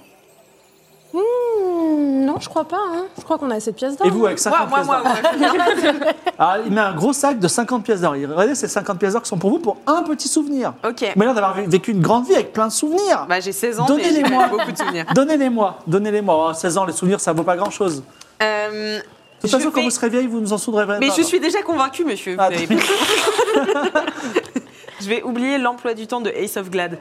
Hmm, non, je crois pas. hein. Je crois qu'on a assez de pièces d'or. Et vous, avec 50 Moi, moi, pièces moi, d'or moi. Ah, il met un gros sac de 50 pièces d'or. Regardez, ces 50 pièces d'or qui sont pour vous pour un petit souvenir. Ok. Mais l'air d'avoir vécu une grande vie avec plein de souvenirs. Bah, j'ai 16 ans, mais j'ai Donnez-les-moi. beaucoup de souvenirs. Donnez-les-moi. Donnez-les-moi. Oh, 16 ans, les souvenirs, ça vaut pas grand-chose. Euh, bah, De toute je façon, quand vais- vous serez vieille, vous nous en souviendrez pas. Mais je suis déjà convaincue, monsieur. Ah, Vous avez- Je vais oublier l'emploi du temps de Ace of Glad.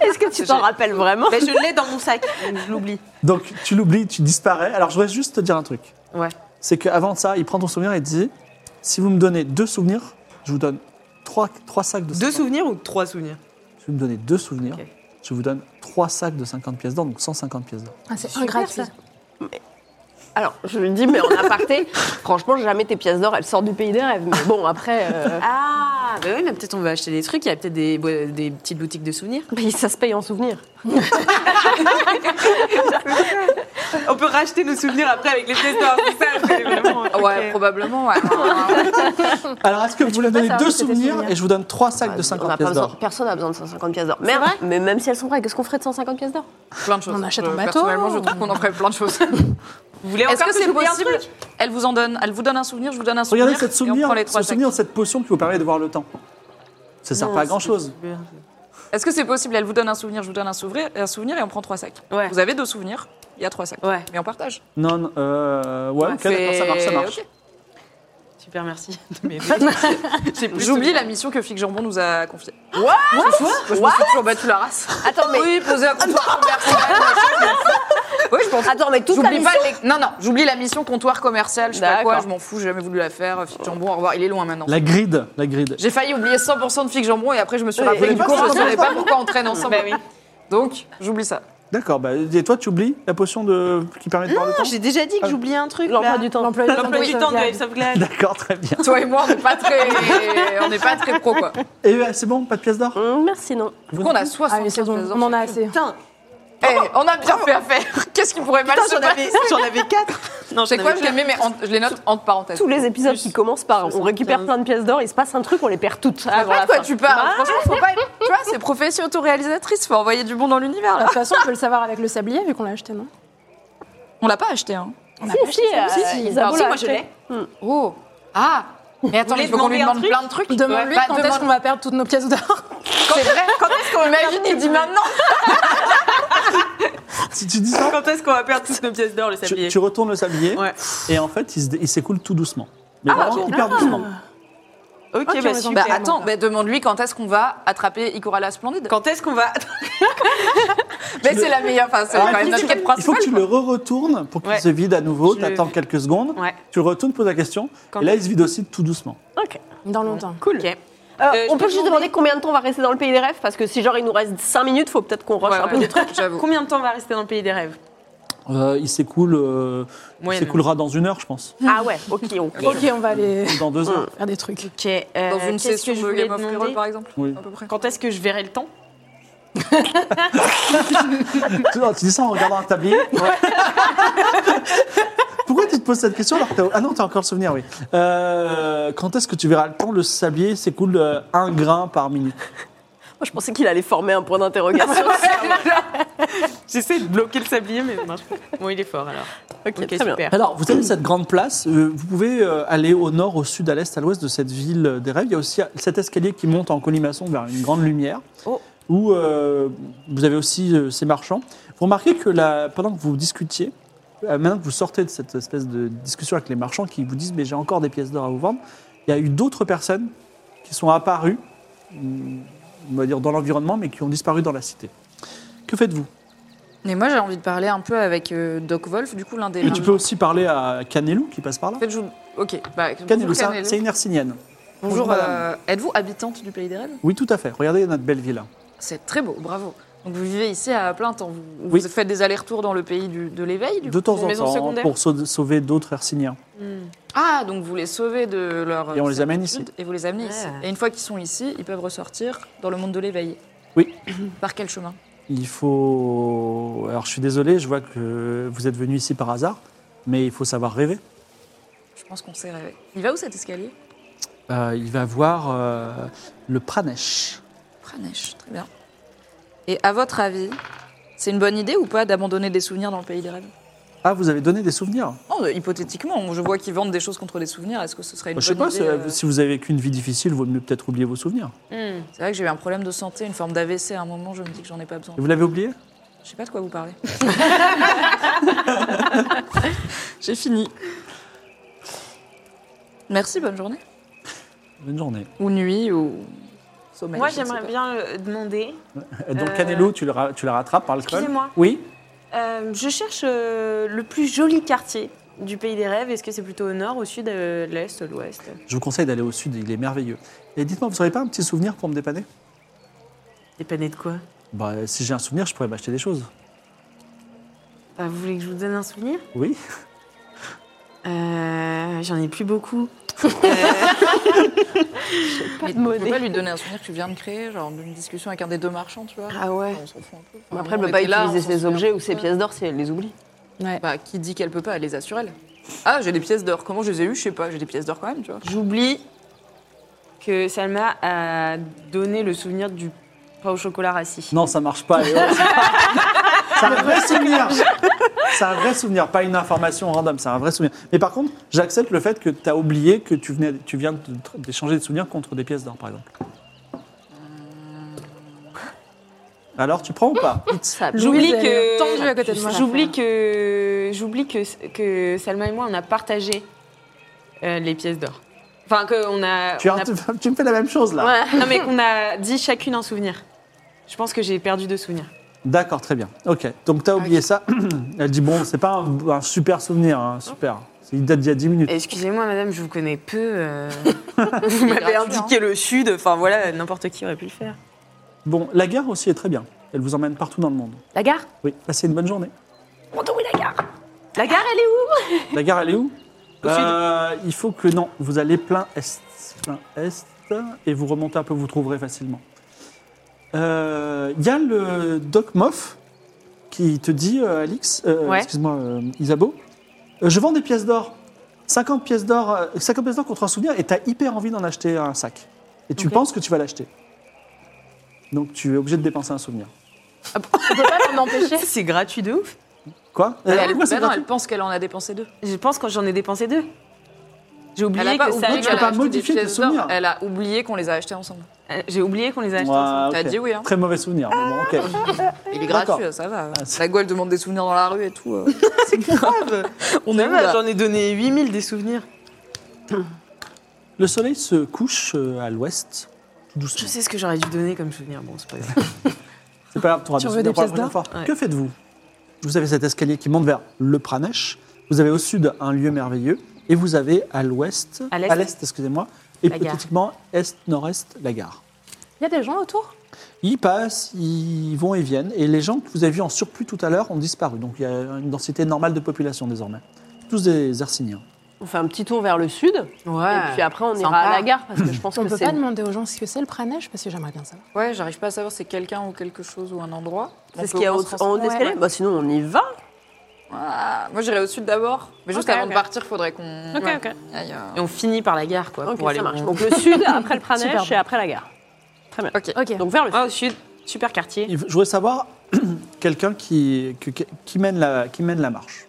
Est-ce que tu t'en rappelles vraiment Mais je l'ai dans mon sac, donc je l'oublie. Donc, tu l'oublies, tu disparais. Alors, je voudrais juste te dire un truc. Ouais. C'est qu'avant ça, il prend ton souvenir et il te dit si vous me donnez deux souvenirs, je vous donne trois, trois sacs de 50 Deux souvenirs ou trois souvenirs Si vous me donnez deux souvenirs, Ok. je vous donne trois sacs de 50 pièces d'or, donc 150 pièces d'or. Ah, c'est ingrat ça. Alors, je lui dis, mais en aparté, franchement, jamais tes pièces d'or, elles sortent du pays des rêves. Mais bon, après, euh, Ah, bah oui, mais peut-être on va acheter des trucs, il y a peut-être des, bo- des petites boutiques de souvenirs. mais ça se paye en souvenirs. On peut racheter nos souvenirs après avec les pièces d'or, c'est ça c'est vraiment- Ouais, ok. probablement, ouais. Alors, est-ce que vous voulez me donner savoir deux ce que c'était souvenirs souvenir. et je vous donne trois sacs Vas-y, de on 50 a pas pièces besoin- d'or Personne n'a besoin de 150 pièces d'or. Merde, mais même si elles sont vraies, qu'est-ce qu'on ferait de 150 pièces d'or Plein de choses. On achète un Euh, bateau. Personnellement, je trouve qu'on en ferait plein de choses. Vous voulez Est-ce encore que c'est j'oublie un possible truc Elle vous en donne, elle vous donne un souvenir, je vous donne un souvenir. Regardez cette et on souvenir, prend les ce trois sacs. souvenir de cette potion qui vous permet de voir le temps. Ça sert pas à grand chose. Est-ce que c'est possible Elle vous donne un souvenir, je vous donne un souvenir, un souvenir et on prend trois sacs. Ouais. Vous avez deux souvenirs, il y a trois sacs. Ouais. Mais on partage. Non, non, euh, ouais, ok, d'accord, ça marche, ça marche. Ah, Ok. Super, merci. Mais- J'oublie la mission que Flic Jambon nous a confiée. What Ce soir Moi, Je me suis toujours battu la race. Attends, mais, Oui, poser un comptoir commercial. oui, je pense. attends, mais toute la J'oublie mission... pas les- Non, non, j'oublie la mission comptoir commercial, je sais pas D'accord. quoi, je m'en fous, j'ai jamais voulu la faire. Flic Jambon, au revoir, il est loin maintenant. La grid, la grid. J'ai failli oublier 100% de Flic Jambon et après je me suis Oui, rappelé et du coup, pourquoi je on savais parle pas pourquoi on traîne ensemble. Ben Bah oui. Donc, j'oublie ça. D'accord, bah, et toi, tu oublies la potion de... qui permet de voir le temps J'ai déjà dit que j'oubliais un truc. L'emploi là. du temps. L'emploi du temps de Ace of Glad. D'accord, très bien. Toi et moi, on n'est pas très, on n'est pas très pro quoi. Et euh, c'est bon, pas de pièces d'or Hum, Merci, non. Du coup, on a 60 Ah, mais c'est bon, on en a assez. Putain. Eh, on a bien fait à faire. Qu'est-ce qui pourrait mal Putain, se j'en avais, passer j'en avais quatre. Non, C'est j'en quoi avais Je les mets, mais en- je les note entre parenthèses. tous les épisodes qui commencent par on récupère plein de pièces d'or, il se passe un truc, on les perd toutes. Ah, avant Après, la de quoi fin. tu parles Franchement, faut pas. Tu vois, c'est profession autoréalisatrice. Faut envoyer du bon dans Ah, l'univers De là. toute façon, on peut le savoir avec le sablier, vu qu'on l'a acheté, non On l'a pas acheté, hein. On a Si, pas si, acheté le Ah, euh, sablier. si, Ah, bah, Si, Bah, Isabelle Isabelle a l'a acheté. acheté. Oh. Ah. Mais attends, voulez il faut qu'on lui demande demander un plein de trucs. Demande-lui Ouais, bah, quand est-ce demande- qu'on va perdre toutes nos pièces d'or. C'est vrai. Quand est-ce qu'on Imagine, il dit maintenant. Si tu dis ça, Quand est-ce qu'on va perdre toutes nos pièces d'or, le tu, sablier tu retournes le sablier Ouais. et en fait, il se dé- il s'écoule tout doucement. Mais vraiment hyper doucement. Ok, on bah les super. envoie. Bah attends, bah, demande-lui quand est-ce qu'on va attraper Ikora la Splendide. Quand est-ce qu'on va. Mais c'est la meilleure. Enfin, c'est Ah, quand même notre quête Il faut principale. que tu le re-retournes pour qu'il Ouais. se vide à nouveau. Je Tu le- attends quelques secondes. Ouais. Tu le retournes, poses la question. Quand- Et là, il se vide aussi tout doucement. Dans longtemps. Cool. Euh, Euh, je on peux peut juste demander- demander combien de temps on va rester dans le pays des rêves Parce que si genre il nous reste 5 minutes, faut peut-être qu'on rush un peu des trucs. J'avoue. Combien de temps on va rester dans le pays des rêves Euh, il s'écoule. euh, il Moyennement. s'écoulera dans une heure, je pense. Ah ouais, ok, on Ok, on va aller Ou Dans deux heures. faire des trucs. Ok. euh, Dans une qu'est-ce session que je de voulais Game of demander Thrones, par exemple. Oui. À peu près. Quand est-ce que je verrai le temps tu, oh, tu dis ça en regardant un tablier Pourquoi tu te poses cette question alors que t'as- Ah non, t'as encore le souvenir, oui. Euh, quand est-ce que tu verras le temps Le sablier s'écoule euh, un grain par minute. Moi, je pensais qu'il allait former un point d'interrogation. J'essaie de bloquer le sablier, mais non. je- Bon, il est fort alors. Ok, très bien. super. Alors, vous avez cette grande place. euh, Vous pouvez euh, aller au nord, au sud, à l'est, à l'ouest de cette ville euh, des rêves. Il y a aussi cet escalier qui monte en colimaçon vers une grande lumière. Où euh, vous avez aussi euh, ces marchands. Vous remarquez que là, pendant que vous discutiez, euh, maintenant que vous sortez de cette espèce de discussion avec les marchands qui vous disent mais j'ai encore des pièces d'or à vous vendre, il y a eu d'autres personnes qui sont apparues, hum, on va dire dans l'environnement, mais qui ont disparu dans la cité. Que faites-vous Mais moi, j'ai envie de parler un peu avec euh, Doc Wolf, du coup, l'un des. Et tu peux aussi parler à Canelou qui passe par là. En fait, je vous- Ok. Bah, Canelou, bonjour, c'est un- Canelou. c'est une hercinienne. Bonjour. madame. euh, Êtes-vous habitante du Pays des Rêves Oui, tout à fait. Regardez notre belle ville. C'est très beau, bravo. Donc vous vivez ici à plein temps. Vous, Oui. vous faites des allers-retours dans le pays du- de l'éveil, du De coup temps en maison temps, secondaire. pour sau- sauver d'autres Herciniens. Ah, donc vous les sauvez de leur. Et on les amène servitude Et vous les amenez ici. Et une fois qu'ils sont ici, ils peuvent ressortir dans le monde de l'éveil. Oui. Par quel chemin Il faut. Alors, je suis désolé, je vois que vous êtes venu ici par hasard, mais il faut savoir rêver. Je pense qu'on sait rêver. Il va où cet escalier Euh, il va voir euh, le Pranesh. Pranesh, très bien. Et à votre avis, c'est une bonne idée ou pas d'abandonner des souvenirs dans le pays des rêves Ah, vous avez donné des souvenirs. Non, mais hypothétiquement, je vois qu'ils vendent des choses contre des souvenirs. Est-ce que ce serait une Je sais bonne pas, idée si- euh, si vous avez vécu une vie difficile, vaut mieux peut-être oublier vos souvenirs. Hmm. C'est vrai que j'ai eu un problème de santé, une forme d'AVC à un moment, je me dis que j'en ai pas besoin. Et vous l'avez oublié Je sais pas de quoi vous parlez. J'ai fini. Merci, bonne journée. Bonne journée. Ou nuit, ou sommeil. Moi, je ne sais j'aimerais pas. bien euh, demander. Donc, Euh, Canelo, tu le, ra- tu le rattrapes par le col. excusez-moi. Oui euh, je cherche euh, le plus joli quartier du pays des rêves. Est-ce que c'est plutôt au nord, au sud, euh, l'est, l'ouest Je vous conseille d'aller au sud, il est merveilleux. Et dites-moi, vous n'aurez pas un petit souvenir pour me dépanner Des panais de quoi bah, Si j'ai un souvenir, je pourrais m'acheter des choses. Bah, Vous voulez que je vous donne un souvenir Oui Euh, J'en ai plus beaucoup. Euh, Mais Tu peux pas lui donner un souvenir que tu viens de créer, genre d'une discussion avec un des deux marchands, tu vois Ah ouais. On s'en fout un peu. Enfin, Après, on elle peut pas était là, utiliser on s'en ses souvient. objets ou ses pièces d'or si elle les oublie. Bah, qui dit qu'elle peut pas, elle les assure elle. Ah, j'ai des pièces d'or. Comment je les ai eues Je sais pas, j'ai des pièces d'or quand même, tu vois. J'oublie que Salma a donné le souvenir du pain au chocolat rassis. Non, ça marche pas. Léo. c'est un vrai souvenir. C'est un vrai souvenir, pas une information random, c'est un vrai souvenir. Mais par contre, j'accepte le fait que tu as oublié que tu, venais, tu viens de- d'échanger des souvenirs contre des pièces d'or, par exemple. Alors, tu prends ou pas J'oublie Louise, elle que est tendue à côté de moi. J'oublie que j'oublie que que Salma et moi on a partagé euh, les pièces d'or. Enfin que on a, tu, on as- a- tu me fais la même chose, là. Ouais. non mais qu'on a dit chacune un souvenir. Je pense que j'ai perdu deux souvenirs. D'accord, très bien. Ok, donc tu as oublié ça. Elle dit, bon, c'est pas un, un super souvenir, hein, super. Il date d'il y a 10 minutes. Excusez-moi madame, je vous connais peu. euh. hein. vous m'avez gratuit, indiqué le sud. Enfin voilà, n'importe qui aurait pu le faire. Bon, la gare aussi est très bien. Elle vous emmène partout dans le monde. La gare Oui, passez une bonne journée. La gare elle est où La gare, elle est où Euh, Il faut que non, vous allez plein est, plein est, et vous remontez un peu, vous trouverez facilement. Euh, Il y a le Doc Moff qui te dit, euh, Alix, euh, Ouais. excuse-moi, euh, Isabeau, euh, je vends des pièces d'or. 50 pièces d'or euh, 50 pièces d'or contre un souvenir et tu as hyper envie d'en acheter un sac. Et tu Ok. penses que tu vas l'acheter. Donc tu es obligé de dépenser un souvenir. On peut pas l'en empêcher. C'est gratuit de ouf. Quoi Elle, Euh, elle- pourquoi c'est bah non, gratuit elle pense qu'elle en a dépensé deux. Je pense que j'en ai dépensé deux. Elle J'ai a oublié pas que ça. oublié tu peux qu'elle pas a acheté des modifier tes pièces d'or. souvenirs. Elle a oublié qu'on les a achetées ensemble. Euh, J'ai oublié qu'on les a achetés Ouah, ensemble. T'as ok. dit oui, hein. Très mauvaise souvenir. mais bon, ok. Il est D'accord. gratuit, ça va. c'est- La gueule demande des souvenirs dans la rue et tout. euh. On est où, là J'en ai donné 8000 des souvenirs. Le soleil se couche euh, à l'ouest, tout Je doucement. sais ce que j'aurais dû donner comme souvenir. Bon, c'est pas grave. C'est pas grave, t'auras Tu des veux souvenirs des pour la pièces prochaine fois. Ouais. Que faites-vous Vous avez cet escalier qui monte vers le Pranesh. Vous avez au sud un lieu merveilleux. Et vous avez à l'ouest, À l'est. excusez-moi, et La gare. politiquement est-nord-est, la gare. Il y a des gens autour Ils passent, ils vont et viennent. Et les gens que vous avez vus en surplus tout à l'heure ont disparu. Donc il y a une densité normale de population désormais. Tous des Arsiniens. On fait un petit tour vers le sud. Ouais. Et puis après, on Sympa. ira à la gare parce que je pense On que peut c'est. pas demander aux gens ce que c'est le pranèche parce que j'aimerais bien savoir. Ouais, j'arrive pas à savoir si c'est quelqu'un ou quelque chose ou un endroit. On C'est ce peut qu'il y a au au- moins se en haut renseigner. de l'escalier Bah, Sinon, on y va. Ah, moi j'irai au sud d'abord, mais juste Ok, avant ok. de partir, faudrait qu'on. Ok, ouais, ok. qu'on aille, euh, Et on finit par la gare, quoi, Ok, pour aller ça marche. au- Donc le sud, après le Pranesh Super. et après la gare. Très bien. Ok. Ok. Donc vers le Ah, au sud, super quartier. Et Je voudrais savoir quelqu'un qui, que- qui, mène la, qui mène la marche.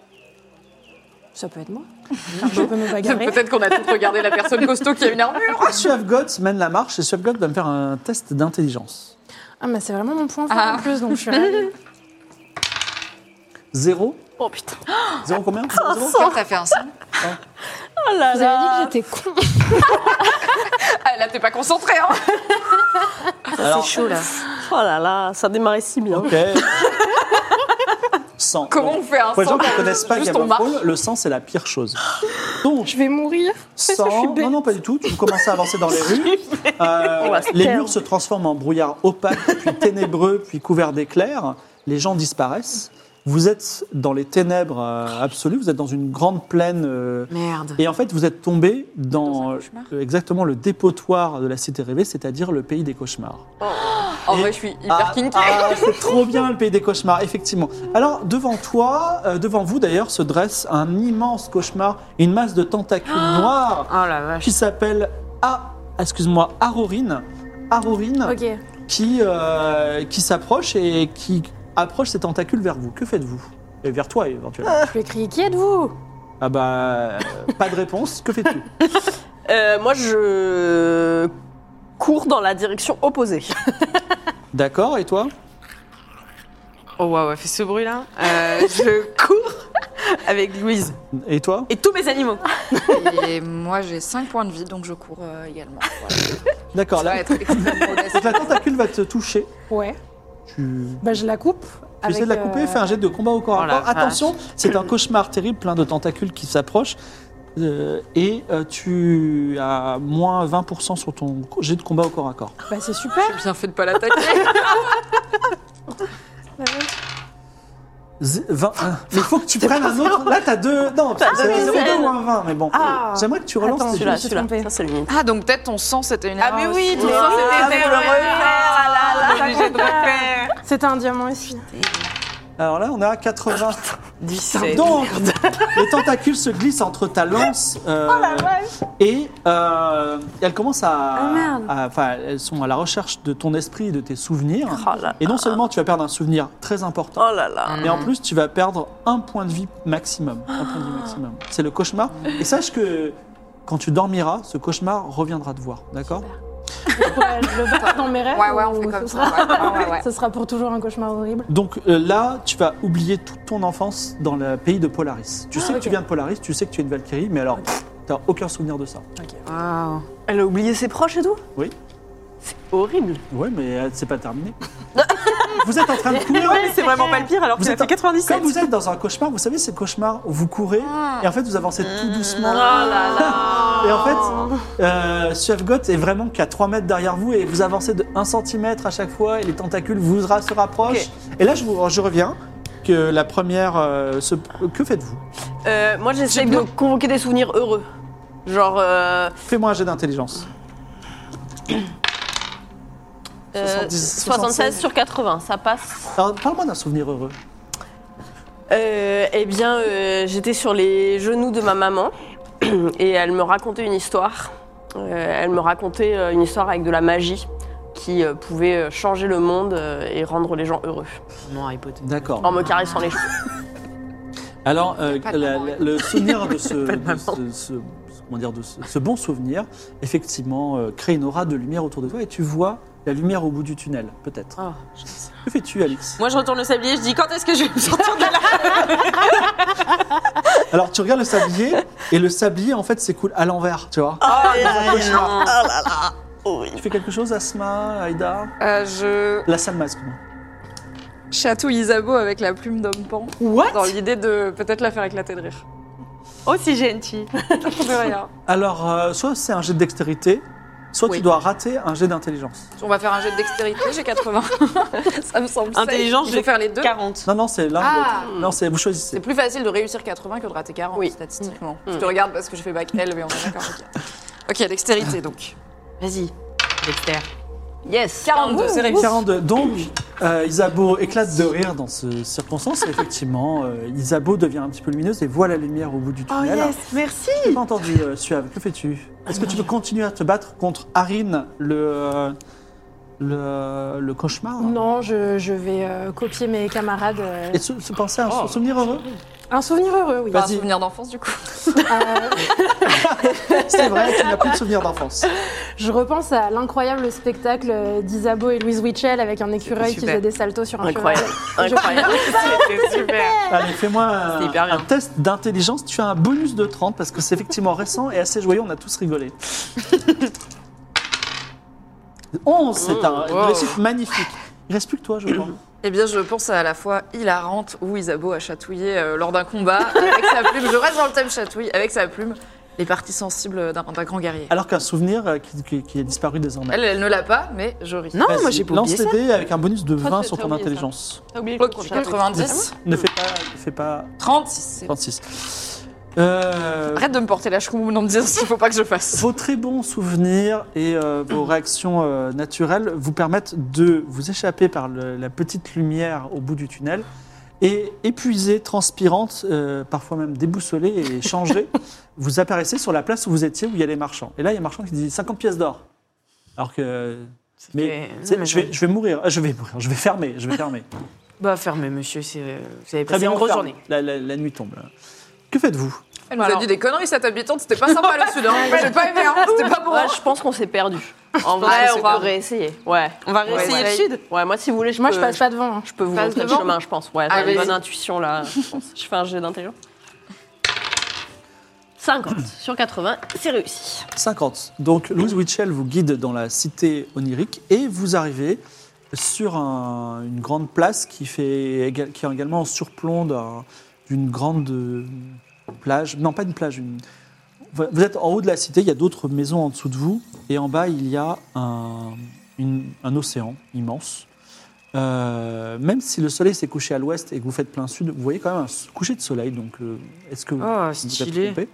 Ça peut être moi. Enfin, je peux me bagarrer. Peut-être qu'on a tous regardé la personne costaud qui a une armure. Suavgot Ah, mène la marche et Suavgot va me faire un test d'intelligence. Ah, mais c'est vraiment mon point fort Ah. en plus, donc je suis ravie. Zéro Oh putain. Zéro combien Zéro, zéro Comme t'as fait un signe. Vous avez dit que j'étais con. Ah, là t'es pas concentré, hein Alors, Chaud, là. Oh là là, ça démarrait si bien. Ok. 100. Comment on fait un Pour les gens qui ne sang connaissent pas Juste Game on of marche. Thrones, le sang, c'est la pire chose. Donc, Je vais mourir. Parce que je suis 100. bête. Non, non, pas du tout. Tu commences à avancer dans les rues. Euh, les murs se transforment en brouillard opaque, puis ténébreux, puis couvert d'éclairs. Les gens disparaissent. Vous êtes dans les ténèbres euh, absolues. Vous êtes dans une grande plaine. euh, Merde. et en fait, vous êtes tombé Dans dans, un euh, cauchemar. exactement le dépotoir de la cité rêvée, c'est-à-dire le pays des cauchemars. En vrai, je suis hyper Ah, kinky. ah, c'est trop bien le pays des cauchemars, effectivement. Alors, devant toi, euh, devant vous d'ailleurs, se dresse un immense cauchemar, une masse de tentacules noirs Oh la vache. qui s'appelle A. Excuse-moi, Arorine. Arorine Ok. qui, euh, qui s'approche et qui approche ses tentacules vers vous. Que faites-vous Et vers toi, éventuellement. Je vais crier Qui êtes-vous Ah bah, euh, pas de réponse. Que fais-tu Euh, moi, je cours dans la direction opposée. D'accord, et toi Oh waouh, elle fait ce bruit là. Euh, je cours avec Louise Et toi et tous mes animaux. Et moi j'ai 5 points de vie, donc je cours euh, également. Voilà. D'accord, Ça là. va être extrêmement Donc audacieuse. la tentacule va te toucher. Ouais. Tu Bah, je la coupe. Tu essaies de la couper, fais un euh, jet de combat au corps Oh à la corps. Attention, c'est un cauchemar terrible, plein de tentacules qui s'approchent. Euh, et euh, tu as moins 20% sur ton co- jet de combat au corps à corps. Bah, c'est super. Bien fait de pas l'attaquer. Z- 20, hein. mais il faut que tu prennes un autre. Là, t'as deux. Non, c'est un 0 ou un 20, mais bon. J'aimerais que tu relances Attends, tes Ah. jets. me Celui-là, suis celui-là. trompée. Ça, c'est le mien. Ah, donc peut-être ton sang c'était une Ah, erreur. aussi. ton sang, c'était Ah, des faut le erreurs. refaire, Ah, là, là, obligé de refaire. C'était un diamant ici. Alors là, on est à 80. 17. Donc, les tentacules se glissent entre ta lance euh, Oh et euh, elles commencent Ah, à, merde. à- Enfin, elles sont à la recherche de ton esprit et de tes souvenirs. et non seulement tu vas perdre un souvenir très important, Oh là là. mais en plus tu vas perdre un point de vie maximum. Un point de vie maximum. C'est le cauchemar. Et sache que quand tu dormiras, ce cauchemar reviendra te voir, d'accord Ouais, je le bats dans mes rêves. Ouais, ouais, on ou fait comme ce ça. sera- Ouais, ouais, ouais. Ce sera pour toujours un cauchemar horrible. Donc euh, là, tu vas oublier toute ton enfance dans le pays de Polaris. Ah, Tu sais que tu ok. viens de Polaris, tu sais que tu es une Valkyrie, mais alors pff, t'as aucun souvenir de ça. Waouh. Elle a oublié ses proches et tout Oui. C'est horrible. Ouais, mais euh, c'est pas terminé. vous êtes en train de courir. Ouais, mais c'est vraiment pas le pire alors Vous qu'il a êtes fait en- 97. Comme vous êtes dans un cauchemar, vous savez, c'est le cauchemar où vous courez et en fait vous avancez tout doucement. et en fait, euh, Suavgot est vraiment qu'à 3 mètres derrière vous et vous avancez de 1 cm à chaque fois et les tentacules vous ra- se rapprochent. Et là, je, vous, je reviens que la première. euh, se- Que faites-vous Euh, moi, j'essaie de convoquer des souvenirs heureux. Genre. euh, Fais-moi un jet d'intelligence. euh, 70, 76 sur 80, ça passe. Alors, Parle-moi d'un souvenir heureux. Euh, eh bien, euh, j'étais sur les genoux de ma maman et elle me racontait une histoire. Euh, elle me racontait euh, une histoire avec de la magie qui euh, pouvait euh, changer le monde euh, et rendre les gens heureux Non, Harry Potter. D'accord. en me caressant les cheveux. Alors, euh, pas de la- maman. la- le souvenir de ce, de ce- ce- ce- comment dire, de ce, ce bon souvenir, effectivement, euh, crée une aura de lumière autour de toi et tu vois la lumière au bout du tunnel, peut-être. Oh, Que fais-tu, Alix Moi, je retourne le sablier, je dis quand est-ce que je vais me sortir de là Alors, tu regardes le sablier et le sablier, en fait, s'écoule à l'envers, tu Oh, vois. Tu fais quelque chose, Asma, Aïda Euh, je La salle masque, moi. chatouille Isabeau avec la plume d'homme pan. Dans l'idée de peut-être la faire éclater de rire. Aussi gentil. De rien. Alors, euh, soit c'est un jet de dextérité, soit Oui. tu dois rater un jet d'intelligence. On va faire un jet de dextérité, j'ai 80. Ça me semble safe. Intelligence, Il j'ai faut faire les deux. 40. Non, non, c'est l'un ou Ah. l'autre. Non, c'est vous C'est choisissez. plus facile de réussir 80 que de rater 40 Oui. statistiquement. Je te regarde parce que j'ai fait bac L, mais on est d'accord. ok. Ok, dextérité donc. Vas-y, Dexter. Yes 42, c'est réussi. 42. Donc, euh, Isabeau éclate de rire dans ce circonstance. Et effectivement, euh, Isabeau devient un petit peu lumineuse et voit la lumière au bout du tunnel. Oh merci J'ai pas entendu, euh, Suave. Que fais-tu Est-ce que tu veux continuer à te battre contre Arin, le, euh, le, le cauchemar Non, je, je vais euh, copier mes camarades. euh, Et se, se penser à un Oh. sou- souvenir heureux Un souvenir heureux, oui. Pas un Vas-y. souvenir d'enfance du coup. Euh, C'est vrai, tu n'as plus de souvenir d'enfance. je repense à l'incroyable spectacle d'Isabeau et Louise Witchell avec un écureuil qui super. faisait des saltos sur un cheval. Incroyable, incroyable. C'était super. Allez, fais-moi un, C'était hyper bien. un test d'intelligence. Tu as un bonus de 30 parce que c'est effectivement récent et assez joyeux. On a tous rigolé. 11, c'est un une Mmh, wow. réussite magnifique. Il reste plus que toi, je crois. Eh bien, je pense à la fois hilarante où Isabeau a chatouillé euh, lors d'un combat avec sa plume. Je reste dans le thème chatouille avec sa plume les parties sensibles d'un d'un grand guerrier. Alors qu'un souvenir euh, qui, qui- qui a disparu désormais. Elle, elle ne l'a pas, mais je ris. Non, Vas-y, Ah, moi j'ai pas Lance oublié les ça. dés avec un bonus de Toi, 20 tu- sur t'as ton oublié ça. intelligence. T'as oublié le Ok, contrôle. 90, Ne fais pas, ne fais pas 36. c'est- 36. Euh, Arrête de me porter la choumoune en me disant ce qu'il faut pas que je fasse. Vos très bons souvenirs et euh, vos réactions euh, naturelles vous permettent de vous échapper par le- la petite lumière au bout du tunnel. Et épuisée, transpirante, euh, parfois même déboussolée et changée, vous apparaissez sur la place où vous étiez, où il y a les marchands. Et là, il y a un marchand qui dit 50 pièces d'or. Alors que. Mais, fait- c'est- non, mais je, vais, je vais mourir, Ah, je vais mourir, je vais fermer, je vais fermer. Bah fermez monsieur, c'est euh, vous avez Très passé bien, une grosse on ferme. journée. La, la- la nuit tombe. là. Que faites-vous Elle nous a dit des conneries, cette habitante, c'était pas sympa le Soudan. J'ai pas aimé, hein, c'était pas bon. Ouais, je pense qu'on s'est perdu. En que vrai, c'est on va perdu. réessayer. Ouais. On va Ouais, réessayer ouais. le sud. Ouais, moi, si vous voulez, je Moi, peux, je passe pas devant. hein. je peux vous Passe montrer le devant. chemin, je pense. Ouais, t'as Allez. une bonne intuition là. Ah, je pense. Je fais un jet d'intelligence. 50 sur 80, c'est réussi. 50. Donc Louise Witchell vous guide dans la cité onirique et vous arrivez sur un- une grande place qui, fait, éga- qui est également en surplomb d'un- d'une grande euh, plage. Non, pas une plage. Une... Vous êtes en haut de la cité, il y a d'autres maisons en dessous de vous et en bas il y a un, une- un océan immense. Euh, même si le soleil s'est couché à l'ouest et que vous faites plein sud, vous voyez quand même un s- coucher de soleil. Donc, euh, est-ce que vous- Oh, vous êtes stylé. trompé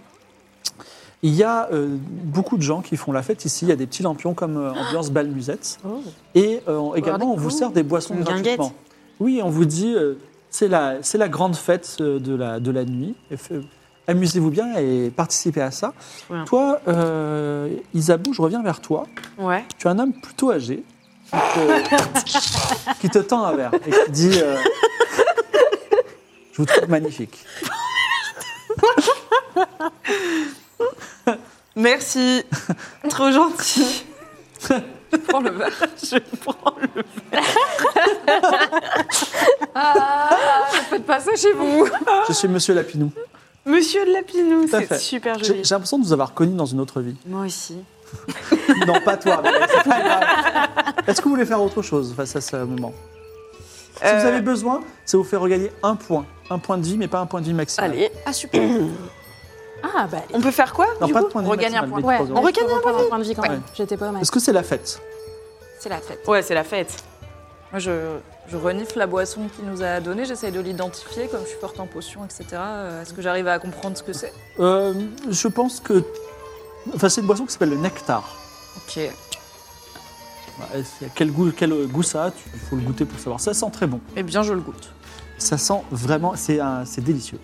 il y a euh, beaucoup de gens qui font la fête ici. Il y a des petits lampions comme euh, ambiance bal musette. Oh. Et euh, on- également, on vous sert des boissons Une guinguette. gratuitement. Oui, on vous dit, euh, c'est la, c'est la grande fête euh, de la, de la nuit. Et fait- Amusez-vous bien et participez à ça. Trop bien. Toi, euh, Isabeau, je reviens vers toi. Ouais. Tu es un homme plutôt âgé qui te, qui te tend un verre et qui dit euh, Je vous trouve magnifique. Merci. Trop gentil. Prends le verre. Je prends le Ah, faites pas ça chez vous. Je suis Monsieur Lapinou. Monsieur Lapinou, Tout à fait. c'est super J'ai joli. j'ai l'impression de vous avoir connu dans une autre vie. Moi aussi. Non, pas toi. mais c'est pas grave. Est-ce que vous voulez faire autre chose face à ce moment Si vous avez besoin, ça vous fait regagner un point. Un point de vie, mais pas un point de vie maximal. Allez. Ah, super. Ah, bah, allez. On peut faire quoi non, du pas coup de point de vie regagner un maximal, point. mais Ouais, trois euros. je peux reprendre un point de vie quand Ouais. même. J'étais pas honnête. Est-ce que c'est la fête C'est la fête. Ouais, c'est la fête. Moi, je, je renifle la boisson qu'il nous a donnée, j'essaye de l'identifier, comme je suis forte en potions, etc. Euh, Est-ce que j'arrive à comprendre ce que c'est Euh, Je pense que... Enfin, c'est une boisson qui s'appelle le nectar. Ok. euh, Ouais, c'est- Quel goût, quel goût ça a tu- Il faut le goûter pour savoir. Ça sent très bon. Eh bien, je le goûte. Ça sent vraiment, c'est un- c'est délicieux.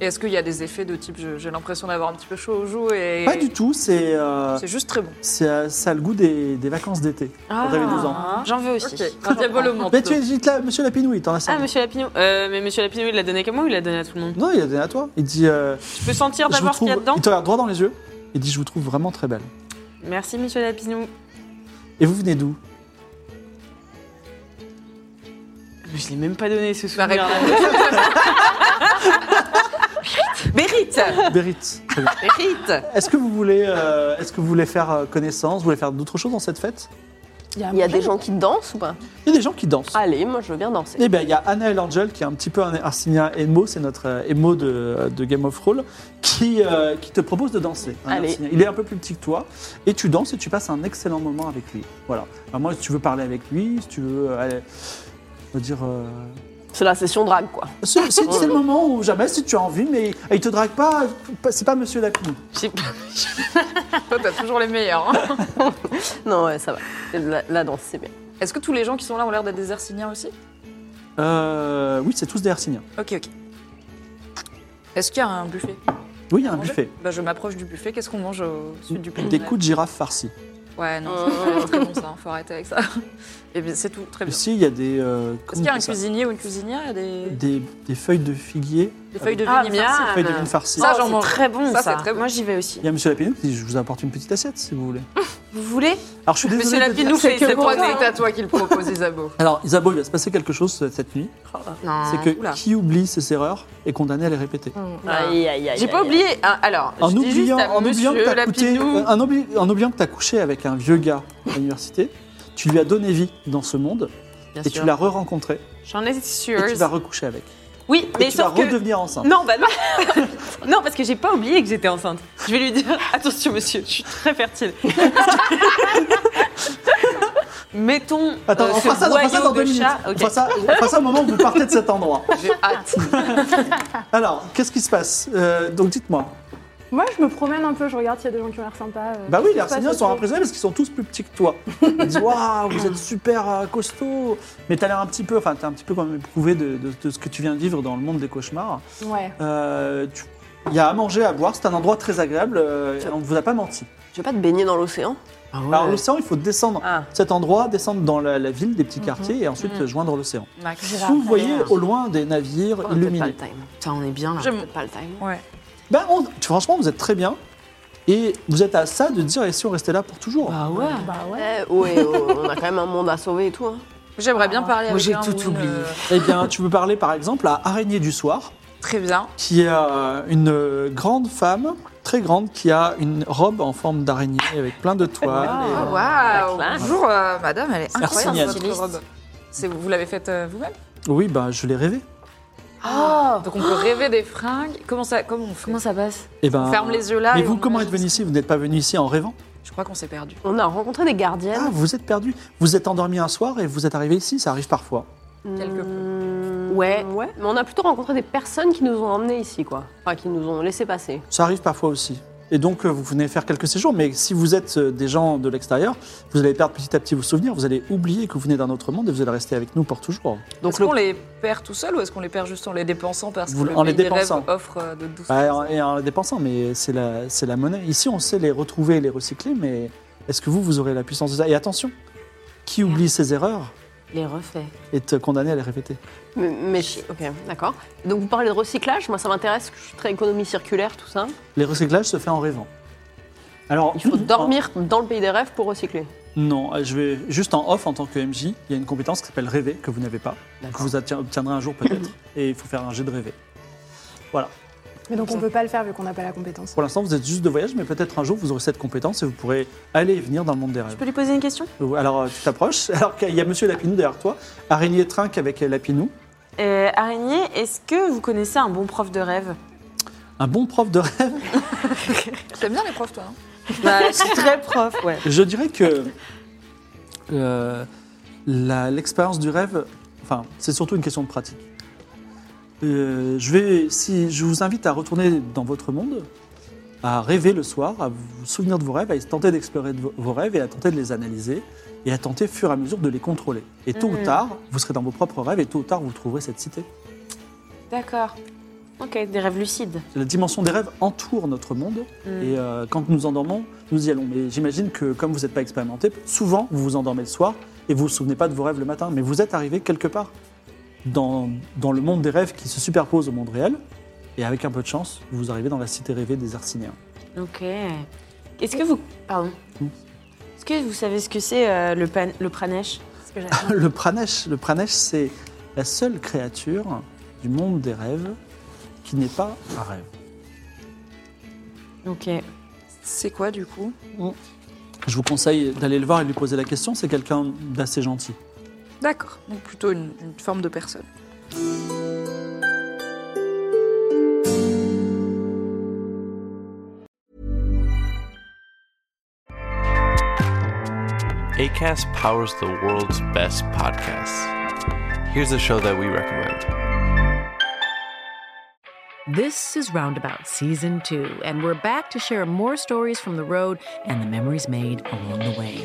Et Est-ce qu'il y a des effets de type je- j'ai l'impression d'avoir un petit peu chaud aux joues et Pas du tout, c'est euh, C'est juste très bon. c'est, euh, ça a le goût des, des vacances d'été. Ah. Quand t'avais 12 ans. J'en veux aussi. Ok, un diabolo monte. Mais tu es juste là, monsieur Lapinouille, t'en as ça. Ah, monsieur Lapignon. Euh, mais monsieur Lapignon, il l'a donné à moi ou il l'a donné à tout le monde Non, il a donné à toi. Il dit euh, Je peux sentir je vous d'abord ce trouve... qu'il y a dedans Il te regarde droit dans les yeux. Il dit Je vous trouve vraiment très belle. Merci, monsieur Lapignon. Et vous venez d'où Mais je l'ai même pas donné ce Ma soir. réponse. Mérite Bérite. Très bien. Mérite Est-ce que vous voulez, euh, est-ce que vous voulez faire euh, connaissance Vous voulez faire d'autres choses dans cette fête à Il y a des manger. gens qui dansent ou pas Il y a des gens qui dansent. Allez, moi je veux bien danser. Eh bien, il y a Anna et Angel qui est un petit peu un Arsinia Emo, c'est notre euh, Emo de, de Game of Roll, qui, euh, qui te propose de danser. hein, Allez. Hersinia. Il est un peu plus petit que toi, et tu danses et tu passes un excellent moment avec lui. Voilà. Alors moi, si tu veux parler avec lui, si tu veux euh, aller- on va dire. euh, C'est la session drague quoi. C'est c'est- c'est le moment où jamais, si tu as envie, mais il te drague pas, c'est pas Monsieur Lapin. Toi, t'as toujours les meilleurs. hein. Non, ouais, ça va. La, la danse, c'est bien. Est-ce que tous les gens qui sont là ont l'air d'être des Arsiniens aussi Euh, oui, c'est tous des Herciniens. Ok, ok. Est-ce qu'il y a un buffet Oui, il y a un Manger buffet. Bah, je m'approche du buffet. Qu'est-ce qu'on mange au sud du pays Des coups Oh. de girafe farcis. Ouais, non, c'est pas très bon ça. Faut arrêter avec ça. Et bien, c'est tout. Très bien. Ici, il y a des. euh, Est-ce comment qu'il y a on un dit ça cuisinier ou une cuisinière Il y a des, des, des feuilles de figuier. des feuilles de vigne Ah, farcies. bien. Feuilles de vigne farcies. Ça, j'en mange. Très bon, Ça, ça. c'est très bon. Moi, j'y vais aussi. Il y a Monsieur Lapinou qui dit Je vous apporte une petite assiette si vous voulez. Hum, Vous voulez Alors je suis désolé. Monsieur de dire- Lapinou, c'est C'est c'est toi, pour toi. c'est à toi qu'il propose, Isabeau. Alors Isabeau, il va se passer quelque chose euh, cette nuit. Non. C'est que Oula. qui oublie ses erreurs est condamné à les répéter. Aïe, aïe, aïe. J'ai pas oublié. Ah, Alors, En Hum, je dis oubliant, juste à en oubliant que monsieur t'as coûté- Lapinou. euh, en oubli- en oubliant que t'as couché avec un vieux gars à l'université, tu lui as donné vie dans ce monde Bien et sûr. tu l'as re-rencontré J'en ai et sûr. tu vas recoucher avec. Oui, Et mais tu vas sauf que. redevenir enceinte. Non, bah non. non, parce que j'ai pas oublié que j'étais enceinte. Je vais lui dire attention, monsieur, je suis très fertile. Mettons. Attends, euh, on ce fera ça, on fera ça boyau dans deux de minutes. chat. On Ok. fera ça- on fera ça au moment où vous partez de cet endroit. J'ai hâte. Alors, qu'est-ce qui se passe Euh, Donc dites-moi, Moi, je me promène un peu, je regarde s'il y a des gens qui ont l'air sympas. euh, Bah oui, qui les se passent Arseniens sont autour. impressionnés parce qu'ils sont tous plus petits que toi. Ils disent Waouh, vous êtes super euh, costauds. Mais t'as l'air un petit peu, enfin, t'es un petit peu quand même éprouvé de, de- de ce que tu viens de vivre dans le monde des cauchemars. Ouais. Euh, tu- Il y a à manger, à boire, c'est un endroit très agréable, euh, on ne vous a pas menti. Tu veux pas te baigner dans l'océan Alors, l'océan, il faut descendre Ah. cet endroit, descendre dans la, la ville, des petits quartiers et ensuite euh, joindre l'océan. Max. Vous voyez au loin des navires Oh, peut-être pas le illuminés. time. Putain, on est bien là. J'aime- Peut-être pas le time. Ouais. Ben, on- franchement, vous êtes très bien. Et vous êtes à ça de dire, et si on restait là pour toujours Bah ouais. Bah ouais. Eh, ouais, oh, on a quand même un monde à sauver et tout. hein. J'aimerais bien parler avec j'ai un tout ou une, oublié. euh, Eh bien, tu peux parler par exemple à Araignée du Soir. Très bien. qui est euh, une euh, grande femme, très grande, qui a une robe en forme d'araignée avec plein de toiles. et, euh, Waouh classe. Bonjour euh, madame, elle est incroyable Arsignane. votre robe. C'est- Vous l'avez faite euh, vous-même Oui, bah, je l'ai rêvé. Donc on peut rêver des fringues. Comment ça Oh. Comment on fait Comment ça passe Et ben, On ferme les yeux là. Mais et vous, on comment êtes imagine venu ici Vous n'êtes pas venu ici en rêvant ça. Je crois qu'on s'est perdu. On a rencontré des gardiennes. Ah, vous êtes perdu. Vous êtes endormi un soir et vous êtes arrivé ici. Ça arrive parfois. Quelque peu. Mmh, Ouais. ouais. Mais on a plutôt rencontré des personnes qui nous ont emmenés ici, quoi. Enfin, qui nous ont laissé passer. Ça arrive parfois aussi. Et donc, euh, vous venez faire quelques séjours. Mais si vous êtes euh, des gens de l'extérieur, vous allez perdre petit à petit vos souvenirs. Vous allez oublier que vous venez d'un autre monde et vous allez rester avec nous pour toujours. Donc est-ce qu'on les perd tout seul ou est-ce qu'on les perd juste en les dépensant parce Vous- que le en les pays des dépensant. rêves offre euh, de douces Bah, en- et en les dépensant, mais c'est la, c'est la monnaie. Ici, on sait les retrouver et les recycler, mais est-ce que vous, vous aurez la puissance de ça Et attention, qui oublie ses erreurs Les refais. est condamné à les répéter. Mais, mais je- ok, d'accord. Donc vous parlez de recyclage, moi ça m'intéresse, parce que je suis très économie circulaire, tout ça. Les recyclages se fait en rêvant. Alors, Il faut dormir dans le pays des rêves pour recycler. Non, euh, je vais juste en off en tant que MJ. Il y a une compétence qui s'appelle rêver que vous n'avez pas, que vous obtien- obtiendrez un jour peut-être, et il faut faire un jet de rêver. Voilà. Mais donc, on peut pas le faire vu qu'on n'a pas la compétence. Pour l'instant, vous êtes juste de voyage, mais peut-être un jour vous aurez cette compétence et vous pourrez aller et venir dans le monde des rêves. Je peux lui poser une question Euh, Alors, euh, tu t'approches. Alors qu'il y a Monsieur Lapinou derrière toi, araignée trinque avec euh, Lapinou. Euh, Araignée, est-ce que vous connaissez un bon prof de rêve Un bon prof de rêve, T'aimes bien les profs toi hein Bah, je suis très prof, ouais. je dirais que euh, la- l'expérience du rêve, enfin, c'est surtout une question de pratique. Euh, je vais, si je vous invite à retourner dans votre monde, à rêver le soir, à vous souvenir de vos rêves, à tenter d'explorer de vos, vos rêves et à tenter de les analyser et à tenter, fur et à mesure, de les contrôler. Et tôt ou tard, vous serez dans vos propres rêves et tôt ou tard, vous trouverez cette cité. D'accord. Ok, des rêves lucides. La dimension des rêves entoure notre monde Mm. et euh, quand nous endormons, nous y allons. Mais j'imagine que comme vous n'êtes pas expérimenté, souvent vous vous endormez le soir et vous vous souvenez pas de vos rêves le matin. Mais vous êtes arrivé quelque part dans, dans le monde des rêves qui se superpose au monde réel et avec un peu de chance, vous arrivez dans la cité rêvée des Arciniens. Ok. Est-ce que vous. Pardon. Est-ce que vous savez ce que c'est euh, le, pan... le pranesh ce que j'attends. Le Pranesh, le Pranesh, c'est la seule créature du monde des rêves qui n'est pas un rêve. Ok. C'est quoi du coup Je vous conseille d'aller le voir et de lui poser la question. C'est quelqu'un d'assez gentil. D'accord. Donc plutôt une, une forme de personne. ACAST powers the world's best podcasts. Here's a show that we recommend. This is Roundabout Season 2, and we're back to share more stories from the road and the memories made along the way.